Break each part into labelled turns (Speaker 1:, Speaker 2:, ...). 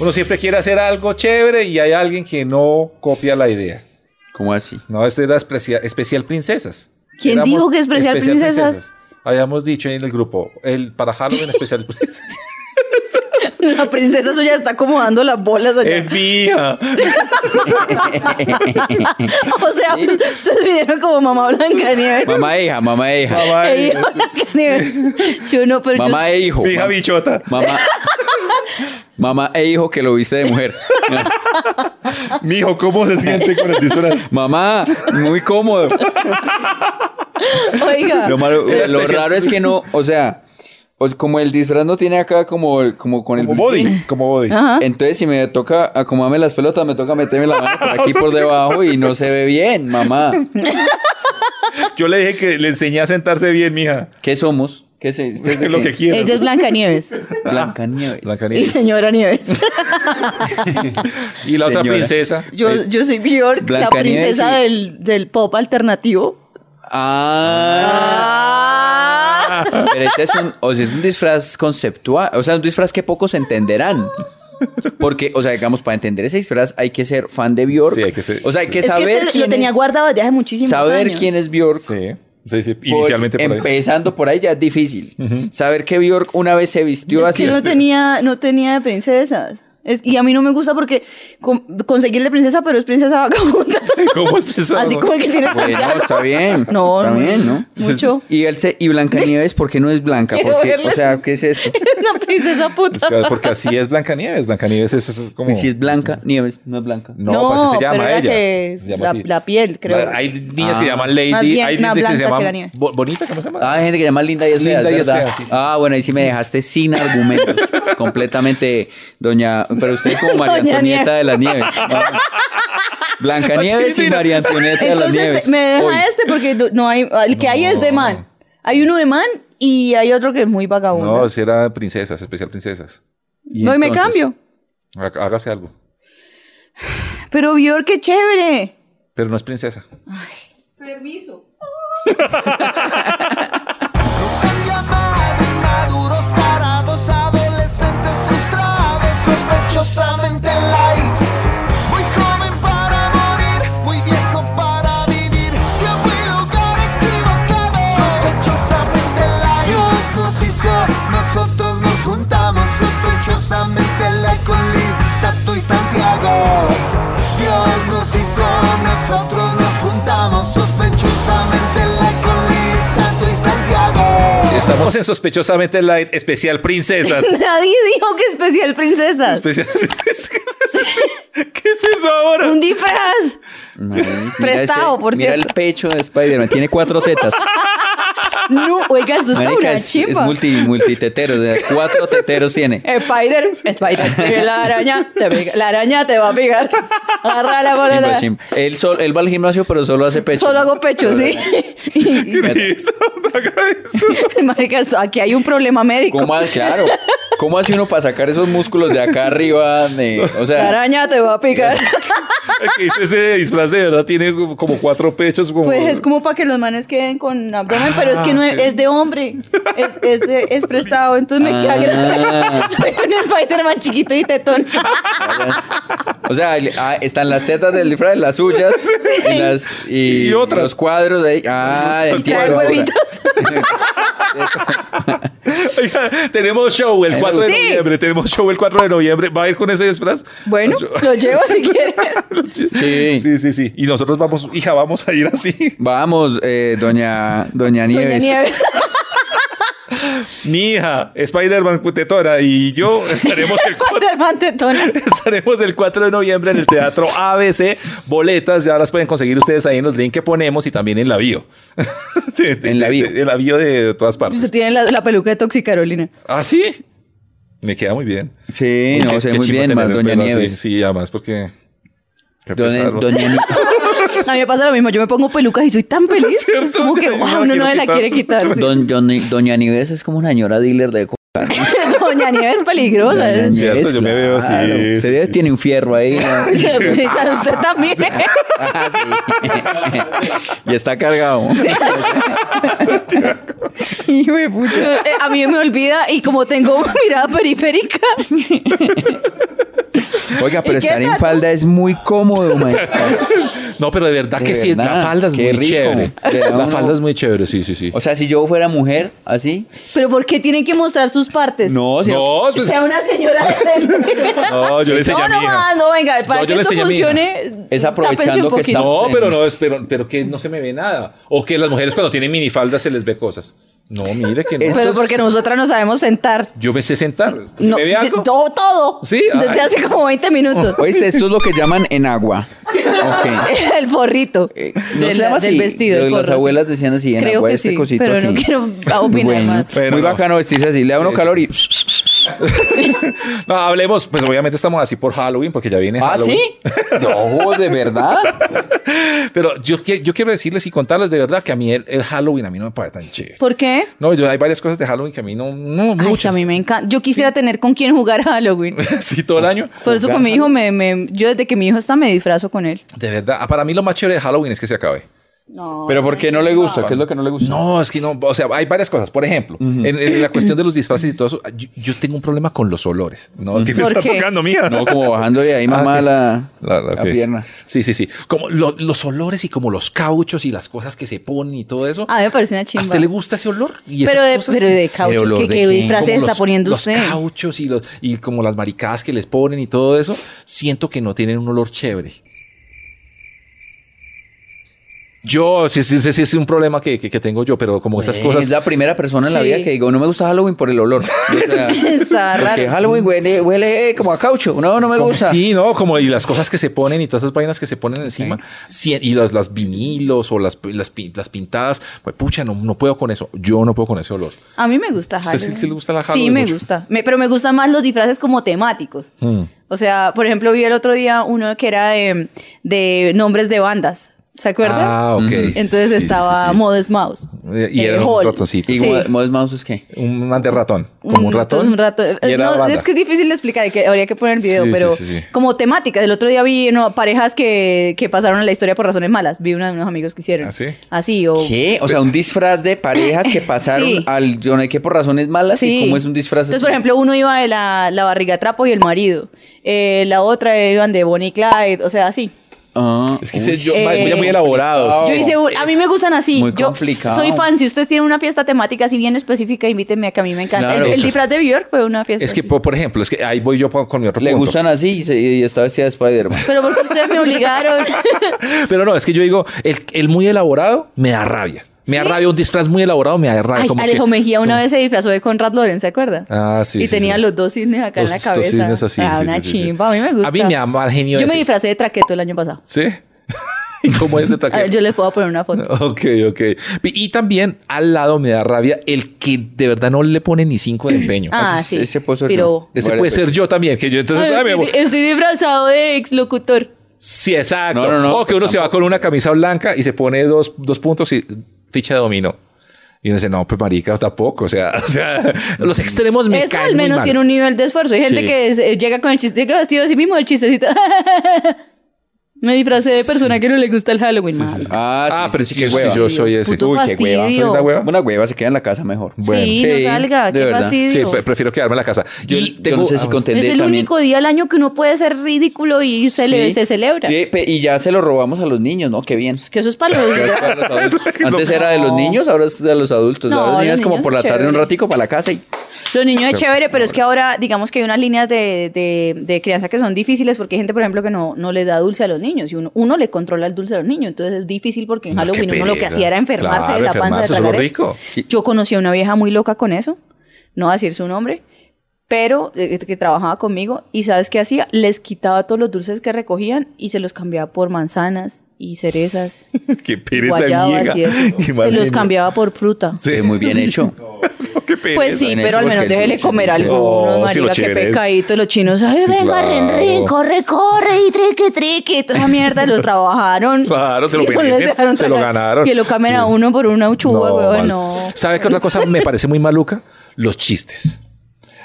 Speaker 1: Uno siempre quiere hacer algo chévere y hay alguien que no copia la idea.
Speaker 2: ¿Cómo así?
Speaker 1: No, este era especia- especial princesas.
Speaker 3: ¿Quién
Speaker 1: Éramos
Speaker 3: dijo que especial princesas?
Speaker 1: Habíamos dicho en el grupo, el para Halloween especial princesas.
Speaker 3: La princesa suya está acomodando las bolas allá.
Speaker 2: Eh,
Speaker 1: es mía.
Speaker 3: o sea, ustedes vieron como mamá Blanca Nieves.
Speaker 2: Mamá e hija, mamá e hija.
Speaker 1: Mamá,
Speaker 3: Ey,
Speaker 1: es-
Speaker 3: Blanca Nieves. Yo no, pero
Speaker 2: Mamá
Speaker 3: yo.
Speaker 2: e hijo.
Speaker 1: mi hija bichota.
Speaker 2: Mamá. Mamá e hijo que lo viste de mujer.
Speaker 1: Mijo, ¿cómo se siente con el disfraz?
Speaker 2: Mamá, muy cómodo.
Speaker 3: Oiga.
Speaker 2: Lo, malo-
Speaker 1: Era
Speaker 2: lo
Speaker 1: especial.
Speaker 2: raro es que no, o sea, os- como el disfraz no tiene acá como, como con el
Speaker 1: Como
Speaker 2: blue jean,
Speaker 1: body. Como body.
Speaker 3: Ajá.
Speaker 2: Entonces, si me toca acomodarme las pelotas, me toca meterme la mano por aquí por debajo y no se ve bien, mamá.
Speaker 1: Yo le dije que le enseñé a sentarse bien, mija.
Speaker 2: ¿Qué somos? ¿Qué es
Speaker 1: Es lo que quieras.
Speaker 3: Ella es Blanca Nieves.
Speaker 2: Blanca Nieves.
Speaker 3: Y señora Nieves.
Speaker 1: Y la otra
Speaker 2: Señora.
Speaker 1: princesa.
Speaker 3: Yo, yo soy Bjork, la
Speaker 2: Blanca Nieves,
Speaker 3: princesa
Speaker 2: sí.
Speaker 3: del, del pop alternativo.
Speaker 2: Ah,
Speaker 3: Ah.
Speaker 2: pero este es un, o sea, es un disfraz conceptual, o sea, un disfraz que pocos entenderán. Porque, o sea, digamos, para entender ese disfraz hay que ser fan de Bjork.
Speaker 1: Sí, hay que ser-
Speaker 2: o sea, hay que
Speaker 3: Es
Speaker 2: saber
Speaker 3: que este
Speaker 2: quién
Speaker 3: lo tenía
Speaker 2: es-
Speaker 3: guardado desde hace muchísimos
Speaker 2: saber
Speaker 3: años.
Speaker 2: quién es Bjork.
Speaker 1: Sí. Sí, sí. Inicialmente por
Speaker 2: por-
Speaker 1: ahí.
Speaker 2: empezando por ahí ya es difícil. Saber que Bjork una vez se vistió
Speaker 3: Es
Speaker 2: así. pues,
Speaker 3: que no tenía, no tenía princesas. Es- y a mí no me gusta porque con- conseguirle princesa, pero es princesa vagabunda.
Speaker 1: ¿Cómo es princesa?
Speaker 3: Así como el que tiene
Speaker 2: Bueno,
Speaker 3: Santiago.
Speaker 2: está bien.
Speaker 3: No,
Speaker 2: está
Speaker 3: no,
Speaker 2: bien, ¿no?
Speaker 3: mucho.
Speaker 2: Y él se, y Blancanieves, ¿por qué no es blanca?
Speaker 3: Quiero
Speaker 2: Porque,
Speaker 3: verla.
Speaker 2: o sea, ¿qué es eso?
Speaker 3: Es una princesa
Speaker 1: Es
Speaker 3: puta.
Speaker 1: que- Porque así es Blancanieves. Blancanieves es, es como.
Speaker 2: Y Si es blanca, Nieves no es blanca.
Speaker 1: No,
Speaker 3: No,
Speaker 1: pues así se llama
Speaker 3: pero era
Speaker 1: ella.
Speaker 3: que
Speaker 1: Se llama
Speaker 3: la-
Speaker 1: así.
Speaker 3: la piel, creo.
Speaker 1: La- hay niñas que
Speaker 2: Ah.
Speaker 1: llaman
Speaker 3: Más
Speaker 1: Lady.
Speaker 3: bien
Speaker 1: Hay
Speaker 3: una
Speaker 1: niñas que se
Speaker 3: blanca que la
Speaker 1: llaman.
Speaker 3: nieve.
Speaker 1: bo- ¿Bonita? ¿Cómo se llama?
Speaker 2: Ah, hay gente que llama linda y es fea,
Speaker 1: Linda
Speaker 2: es
Speaker 1: y es
Speaker 2: verdad.
Speaker 1: fea, sí, sí.
Speaker 2: Ah, bueno, ahí sí me dejaste sin argumentos. completamente, doña. Pero usted es como María
Speaker 3: Doña
Speaker 2: Antonieta de las Nieves. Blanca Nieves y
Speaker 1: Mira.
Speaker 2: María Antonieta de las
Speaker 3: Entonces
Speaker 2: Nieves.
Speaker 3: te- me deja
Speaker 2: Hoy.
Speaker 3: este porque no, no hay. El que hay es de man. Hay uno de man y hay otro que es muy vagabundo.
Speaker 1: No, si era princesas, especial princesas.
Speaker 2: Y
Speaker 3: No, y me
Speaker 2: entonces,
Speaker 3: cambio.
Speaker 1: Há- Hágase algo.
Speaker 3: Pero Bjork, qué chévere.
Speaker 1: Pero no es princesa.
Speaker 4: Nos han llamado inmaduros, parados, adolescentes frustrados, sospechosamente light. Muy joven para morir, muy viejo para vivir. Tiempo y lugar equivocado, sospechosamente light. Dios nos hizo, nosotros nos juntamos, sospechosamente light con Liz, Tato y Santiago. Dios nos hizo, nosotros nos juntamos, sospechosamente light con Liz, Tato y Santiago.
Speaker 1: Estamos en sospechosamente light, especial princesas.
Speaker 3: Nadie dijo que especial princesas.
Speaker 1: especial princesas. ¿Qué es eso ahora?
Speaker 3: Un disfraz.
Speaker 2: No, mira
Speaker 3: Prestado, por
Speaker 2: este, mira
Speaker 3: cierto.
Speaker 2: el pecho de Spider-Man. Tiene cuatro tetas.
Speaker 3: No, oiga, esto está
Speaker 2: Marica,
Speaker 3: una
Speaker 2: es, es
Speaker 3: chimba. Eh,
Speaker 2: multi, multitetero. o sea, cuatro teteros tiene.
Speaker 3: Spider, Spider, que la araña te pega, la araña te va a pegar. Agárrala por
Speaker 2: Chimba,
Speaker 3: atrás.
Speaker 2: chimba. Él, sol- él va al gimnasio, pero solo hace pecho.
Speaker 3: Solo hago pecho, sí. Y- y- Marica, esto- aquí hay un problema médico.
Speaker 2: ¿Cómo ha- claro. ¿Cómo hace uno para sacar esos músculos de acá arriba? de- o
Speaker 3: La
Speaker 2: sea,
Speaker 3: araña te va a picar.
Speaker 1: Ese disfraz de verdad tiene como cuatro pechos. Como...
Speaker 3: Pues es como para que los manes queden con abdomen, pero es que no es, es de hombre. Es, es de- es prestado, entonces me queda grande. Soy un Spider-Man chiquito y tetón.
Speaker 2: o sea, el- ah, están las tetas del disfraz, las suyas y las y,
Speaker 1: Y otras.
Speaker 2: los cuadros de ahí. Ah,
Speaker 1: Y
Speaker 2: el
Speaker 3: Y hay
Speaker 2: cuadro.
Speaker 3: huevitos.
Speaker 1: Oiga, tenemos show el 4 de
Speaker 3: Sí.
Speaker 1: noviembre. Tenemos show el 4 de noviembre. ¿Va a ir con ese disfraz?
Speaker 3: Bueno, lo llevo si quieren.
Speaker 2: Sí.
Speaker 1: Sí, sí, sí. Y nosotros vamos, hija, vamos a ir así.
Speaker 2: Vamos, eh, doña, doña Nieves.
Speaker 3: Doña Nieves.
Speaker 1: Mi hija, Spider-Man Cutetona y yo estaremos el 4
Speaker 3: Spider-Man tetona.
Speaker 1: Estaremos el 4 de noviembre en el Teatro ABC. Boletas ya las pueden conseguir ustedes ahí en los links que ponemos y también en la bio. De- de-
Speaker 2: En la bio.
Speaker 1: de- En la bio de todas partes.
Speaker 3: Usted tiene la, la peluca de Toxi Carolina.
Speaker 1: ¿Ah, sí? Me queda muy bien.
Speaker 2: Sí, no,
Speaker 1: Qué-
Speaker 2: sé
Speaker 1: qué
Speaker 2: muy
Speaker 1: chimba
Speaker 2: bien,
Speaker 1: tener
Speaker 2: más
Speaker 1: el
Speaker 2: doña
Speaker 1: pelo así.
Speaker 2: Nieves.
Speaker 1: Sí, además porque... qué
Speaker 2: Doña,
Speaker 1: pesar, ¿no?
Speaker 2: doña Nieves.
Speaker 3: A mí me pasa lo mismo, yo me pongo pelucas y soy tan feliz.
Speaker 1: Es cierto,
Speaker 3: es como que,
Speaker 1: yo no me
Speaker 3: wow,
Speaker 1: la
Speaker 3: uno no
Speaker 1: quiero
Speaker 3: me la
Speaker 1: quitar.
Speaker 3: quiere quitar. sí.
Speaker 2: Don- Doña- doña Nieves es como una señora dealer de coca.
Speaker 3: Doña Nieves peligrosa.
Speaker 2: Doña
Speaker 3: ¿eh?
Speaker 1: Cierto,
Speaker 2: Nieves,
Speaker 1: yo me veo así,
Speaker 2: claro.
Speaker 1: sí,
Speaker 2: Usted debe-
Speaker 1: sí.
Speaker 2: tiene un fierro ahí. ¿no?
Speaker 3: Usted también.
Speaker 2: Ah, sí. y está cargado.
Speaker 3: Hijo de pucha. Eh, A mí me olvida y como tengo mirada periférica,
Speaker 2: Oiga, pero
Speaker 3: ¿Y qué
Speaker 2: estar en
Speaker 3: tal?
Speaker 2: falda es muy cómodo, man.
Speaker 1: No, pero de verdad
Speaker 2: De
Speaker 1: que sí, la
Speaker 2: verdad,
Speaker 1: falda es
Speaker 2: qué
Speaker 1: muy
Speaker 2: rico.
Speaker 1: chévere.
Speaker 2: Le da
Speaker 1: La
Speaker 2: uno-
Speaker 1: falda es muy chévere, sí, sí, sí.
Speaker 2: O sea, si yo fuera mujer, así.
Speaker 3: Pero ¿por qué tienen que mostrar sus partes?
Speaker 2: No, si
Speaker 1: No,
Speaker 3: O
Speaker 1: pues-
Speaker 3: sea, una señora de
Speaker 1: No, yo le enseñé
Speaker 3: no,
Speaker 1: a mi
Speaker 3: no,
Speaker 1: hija.
Speaker 3: más, no, venga,
Speaker 1: No,
Speaker 3: para
Speaker 1: yo
Speaker 3: que
Speaker 1: le
Speaker 3: esto
Speaker 1: enseñé a mi hija.
Speaker 3: funcione,
Speaker 2: Es
Speaker 3: tápense
Speaker 2: aprovechando
Speaker 3: un
Speaker 2: que
Speaker 3: poquito.
Speaker 2: estamos-
Speaker 1: No,
Speaker 2: en-
Speaker 1: Oh, pero no, es- pero, pero que no se me ve nada. O que las mujeres cuando tienen minifaldas se les ve cosas. No, mire que no.
Speaker 2: Es-
Speaker 3: Pero
Speaker 2: Estos-
Speaker 3: porque nosotras no sabemos sentar.
Speaker 1: Yo me sé sentar.
Speaker 3: No,
Speaker 1: ¿Me ve algo?
Speaker 3: todo, todo.
Speaker 1: Sí,
Speaker 3: Desde
Speaker 1: ay.
Speaker 3: hace como 20 minutos.
Speaker 2: Oíste, esto es lo que llaman en agua. Ok.
Speaker 3: el forrito
Speaker 2: Eh, No
Speaker 3: de
Speaker 2: se
Speaker 3: la-
Speaker 2: llama
Speaker 3: del
Speaker 2: así.
Speaker 3: vestido. el
Speaker 2: Las
Speaker 3: forro, sí.
Speaker 2: abuelas decían así, en
Speaker 3: Creo
Speaker 2: agua
Speaker 3: que
Speaker 2: este
Speaker 3: sí,
Speaker 2: cosito
Speaker 3: pero
Speaker 2: aquí.
Speaker 3: no quiero opinar
Speaker 2: Bueno,
Speaker 3: más.
Speaker 1: Pero
Speaker 2: muy
Speaker 1: no.
Speaker 2: bacano vestirse así, le da uno calor y...
Speaker 1: No, hablemos, pues obviamente estamos así por Halloween, porque ya viene
Speaker 2: ¿Ah,
Speaker 1: Halloween.
Speaker 2: sí? No, de verdad.
Speaker 1: Pero yo, qui- yo quiero decirles y contarles de verdad que a mí el, el Halloween a mí no me parece tan chévere.
Speaker 3: ¿Por qué?
Speaker 1: No, yo hay varias cosas de Halloween que a mí no, no
Speaker 3: Ay,
Speaker 1: muchas.
Speaker 3: a mí me encanta. Yo quisiera tener con quién jugar Halloween.
Speaker 1: sí, todo el año.
Speaker 3: Por eso con mi hijo me, me- yo desde que mi hijo está me disfrazo con él.
Speaker 1: De verdad, ah, para mí lo más chévere de Halloween es que se acabe.
Speaker 3: No.
Speaker 2: Pero ¿por qué no le gusta? ¿Qué es lo que no le gusta?
Speaker 1: No, es que no, o sea, hay varias cosas. Por ejemplo, en, en la cuestión de los disfraces y todo eso, yo, yo tengo un problema con los olores. No, que me
Speaker 3: ¿Por
Speaker 1: está
Speaker 3: qué?
Speaker 1: tocando mía.
Speaker 2: No, como bajándole ahí mamá
Speaker 1: Ah, ok.
Speaker 2: la,
Speaker 1: La- la-
Speaker 2: la
Speaker 1: ok.
Speaker 2: pierna.
Speaker 1: Sí, sí, sí. Como lo- los olores y como los cauchos y las cosas que se ponen y todo eso.
Speaker 3: A mí me parece una
Speaker 1: ¿A
Speaker 3: Ah, chimba.
Speaker 1: usted le gusta ese olor? ¿Y
Speaker 3: Pero
Speaker 1: esas
Speaker 3: de-
Speaker 1: cosas?
Speaker 3: pero de caucho,
Speaker 1: Pero olor
Speaker 3: ¿qué-
Speaker 1: de
Speaker 3: qué
Speaker 1: qué?
Speaker 3: disfraces
Speaker 1: Como
Speaker 3: está
Speaker 1: los-
Speaker 3: poniendo
Speaker 1: los
Speaker 3: usted?
Speaker 1: cauchos y, los, y como las maricadas que les ponen y todo eso, siento que no tienen un olor chévere. Yo, sí, sí, sí, sí, es un problema que, que- que tengo yo, pero como esas
Speaker 2: Eh,
Speaker 1: cosas...
Speaker 2: Es la primera persona en la
Speaker 3: Sí.
Speaker 2: vida que digo, no me gusta Halloween por el olor. O sea,
Speaker 3: Está
Speaker 2: porque
Speaker 3: raro.
Speaker 2: Halloween huele, huele eh, como a caucho. No, no me
Speaker 1: como-
Speaker 2: gusta.
Speaker 1: Sí, ¿no? Como y las cosas que se ponen y todas esas vainas que se ponen encima. Sí, y las, las vinilos o las, las, pin- las pintadas. Pues, pucha, no, no puedo con eso. Yo no puedo con ese olor.
Speaker 3: A mí me gusta
Speaker 1: ¿Usted
Speaker 3: Halloween.
Speaker 1: sí- sí le gusta la
Speaker 3: Sí,
Speaker 1: Halloween
Speaker 3: me
Speaker 1: mucho? Mm.
Speaker 3: gusta. Me- pero me gustan más los disfraces como temáticos. O sea, por ejemplo, vi el otro día uno que era de, de nombres de bandas. ¿Se acuerdan?
Speaker 1: Ah, ok.
Speaker 3: Entonces
Speaker 1: Sí, sí,
Speaker 3: estaba
Speaker 1: sí, sí.
Speaker 3: Modest Mouse.
Speaker 1: Eh, y
Speaker 3: eh,
Speaker 1: eran
Speaker 3: Hall.
Speaker 1: ratoncitos.
Speaker 2: Y
Speaker 3: Sí.
Speaker 2: Modest Modest Mouse es que.
Speaker 1: Un man de ratón. Como un ratón.
Speaker 3: entonces, un rato- eh,
Speaker 1: Y era
Speaker 3: no,
Speaker 1: banda.
Speaker 3: es que es difícil de explicar, hay que, habría que poner el video,
Speaker 1: Sí, sí,
Speaker 3: pero
Speaker 1: sí, sí.
Speaker 3: como temática. El otro día vi no, parejas que, que pasaron a la historia por razones malas. Vi una de unos amigos que hicieron.
Speaker 1: ¿Ah, sí?
Speaker 3: Así, o.
Speaker 2: ¿Qué? O sea, un disfraz de parejas que pasaron
Speaker 3: Sí.
Speaker 2: al yo no sé qué por razones malas
Speaker 3: Sí.
Speaker 2: y cómo es un disfraz.
Speaker 3: Entonces,
Speaker 2: así?
Speaker 3: por ejemplo, uno iba de la, la barriga trapo y el marido. Eh, la otra iban de Bonnie y Clyde, o sea, así.
Speaker 2: Ah,
Speaker 1: Es que
Speaker 2: uy.
Speaker 1: se- yo,
Speaker 3: Eh,
Speaker 1: ma- muy, muy elaborados.
Speaker 2: Oh.
Speaker 3: Yo hice un- a mí me gustan así.
Speaker 2: Muy
Speaker 3: Yo
Speaker 2: complicado.
Speaker 3: soy fan. Si ustedes tienen una fiesta temática así bien específica, invítenme a que a mí me encanta.
Speaker 2: Claro.
Speaker 3: el, el
Speaker 2: Eso.
Speaker 3: disfraz de Bjork fue una fiesta.
Speaker 1: Es que,
Speaker 3: así.
Speaker 1: po- por ejemplo, es que ahí voy yo po- con mi otro
Speaker 2: le
Speaker 1: punto.
Speaker 2: gustan así y, se- y está vestida de Spider-Man.
Speaker 3: Pero porque ustedes me obligaron.
Speaker 1: Pero no, es que yo digo, el, el muy elaborado me da rabia. Me da
Speaker 3: ¿Sí?
Speaker 1: rabia un disfraz muy elaborado, me da rabia.
Speaker 3: Ay,
Speaker 1: como
Speaker 3: Alejo
Speaker 1: que-
Speaker 3: Mejía una vez se disfrazó de Conrad Loren, ¿se acuerda?
Speaker 1: Ah, sí,
Speaker 3: Y
Speaker 1: sí,
Speaker 3: tenía
Speaker 1: sí.
Speaker 3: los dos cisnes acá en la
Speaker 1: Los dos
Speaker 3: cabeza.
Speaker 1: cisnes así,
Speaker 3: ah,
Speaker 1: sí,
Speaker 3: una
Speaker 1: sí, sí, sí.
Speaker 3: chimba. A mí me gusta.
Speaker 1: A mí me da mal genio
Speaker 3: Yo me
Speaker 1: ese.
Speaker 3: disfracé de traqueto el año pasado.
Speaker 1: ¿Sí? ¿Y cómo es de
Speaker 3: A ver,
Speaker 1: taquero?
Speaker 3: yo les puedo poner una foto.
Speaker 1: Ok, ok. Y y también al lado me da rabia el que de verdad no le pone ni cinco de empeño.
Speaker 3: Ah, sí.
Speaker 2: Ese puede ser
Speaker 3: Pero-
Speaker 2: yo.
Speaker 1: Ese
Speaker 2: Vale,
Speaker 1: puede
Speaker 2: pues.
Speaker 1: ser yo también, que yo entonces...
Speaker 3: Ay,
Speaker 1: ay, me
Speaker 3: estoy,
Speaker 1: voy.
Speaker 3: estoy disfrazado de ex locutor.
Speaker 1: Sí, exacto.
Speaker 2: No, no, no,
Speaker 1: o que
Speaker 2: pues
Speaker 1: uno se va con una camisa blanca y se pone dos, dos puntos y ficha de dominó. Y uno dice, no, pues marica, tampoco. O sea, o sea, los extremos me
Speaker 3: Eso
Speaker 1: caen
Speaker 3: al menos
Speaker 1: muy mal.
Speaker 3: tiene un nivel de esfuerzo. Hay gente
Speaker 1: Sí.
Speaker 3: que es- eh, llega con el chiste que vestido así mismo, el chistecito. me disfracé de persona que no le gusta el Halloween. madre.
Speaker 2: Ah, sí,
Speaker 1: Ah, pero sí que
Speaker 2: hueva.
Speaker 1: yo soy ese.
Speaker 3: puto
Speaker 1: Uy, qué hueva. ¿Soy
Speaker 3: fastidio.
Speaker 1: una hueva?
Speaker 2: Una hueva se queda en la casa mejor.
Speaker 1: bueno.
Speaker 3: sí, no
Speaker 2: Sí,
Speaker 3: salga,
Speaker 2: de
Speaker 3: qué
Speaker 2: verdad.
Speaker 1: Sí,
Speaker 3: fastidio.
Speaker 1: pre- prefiero quedarme en la casa.
Speaker 2: Yo,
Speaker 1: Y
Speaker 2: yo
Speaker 1: tengo-
Speaker 2: no sé si
Speaker 1: ah,
Speaker 2: contenté
Speaker 3: es el
Speaker 2: también.
Speaker 3: único día al año que uno puede ser ridículo y se, le,
Speaker 2: Sí.
Speaker 3: se celebra.
Speaker 2: Y, pe- y ya se lo robamos a los niños, ¿no? Qué bien.
Speaker 3: Que eso es para los.
Speaker 2: Ya es para los adultos. Antes era de los
Speaker 3: No.
Speaker 2: niños, ahora es de los adultos.
Speaker 3: No,
Speaker 2: Ahora los
Speaker 3: los
Speaker 2: niños como
Speaker 3: niños
Speaker 2: por la
Speaker 3: es
Speaker 2: tarde un
Speaker 3: chévere.
Speaker 2: ratico para la casa y
Speaker 3: Los niños es chévere, pero es que ahora digamos que hay unas líneas de, de- de crianza que son difíciles porque hay gente, por ejemplo, que no, no le da dulce a los niños y uno, uno le controla el dulce a los niños. Entonces es difícil porque en
Speaker 1: No, qué
Speaker 3: Halloween uno lo que
Speaker 1: pereza.
Speaker 3: hacía era enfermarse
Speaker 1: Claro,
Speaker 3: de la panza
Speaker 1: enfermarse,
Speaker 3: de
Speaker 1: eso es lo
Speaker 3: tragar
Speaker 1: rico.
Speaker 3: eso. Yo conocí a una vieja muy loca con eso, no voy a decir su nombre, pero eh, que trabajaba conmigo y ¿sabes qué hacía? Les quitaba todos los dulces que recogían y se los cambiaba por manzanas y cerezas,
Speaker 1: Qué
Speaker 3: y
Speaker 1: pereza
Speaker 3: guayabas y
Speaker 1: vieja.
Speaker 3: eso.
Speaker 1: Qué mal
Speaker 3: Se los
Speaker 1: genio.
Speaker 3: cambiaba por fruta.
Speaker 1: Sí.
Speaker 2: eh, muy bien hecho.
Speaker 1: Qué pereza.
Speaker 3: Pues sí,
Speaker 2: en
Speaker 3: pero
Speaker 2: eso,
Speaker 3: al menos
Speaker 2: porque el
Speaker 3: déjele
Speaker 2: dulce,
Speaker 3: comer
Speaker 2: dulce.
Speaker 3: algo.
Speaker 1: Oh,
Speaker 3: unos
Speaker 1: sí, lo
Speaker 3: marica, qué
Speaker 1: chévere es.
Speaker 3: pecadito. Los chinos, ay,
Speaker 1: Sí,
Speaker 3: ven, barren,
Speaker 1: claro.
Speaker 3: ren, corre, corre, y trique, trique. y Toda esa mierda lo trabajaron.
Speaker 1: Claro, se lo
Speaker 3: Y no les
Speaker 1: merecen,
Speaker 3: dejaron
Speaker 1: se lo
Speaker 3: sacar.
Speaker 1: ganaron.
Speaker 3: Y lo comen a uno por una uchuga,
Speaker 1: No,
Speaker 3: weón,
Speaker 1: mal.
Speaker 3: no.
Speaker 1: ¿Sabe qué otra cosa me parece muy maluca? Los chistes.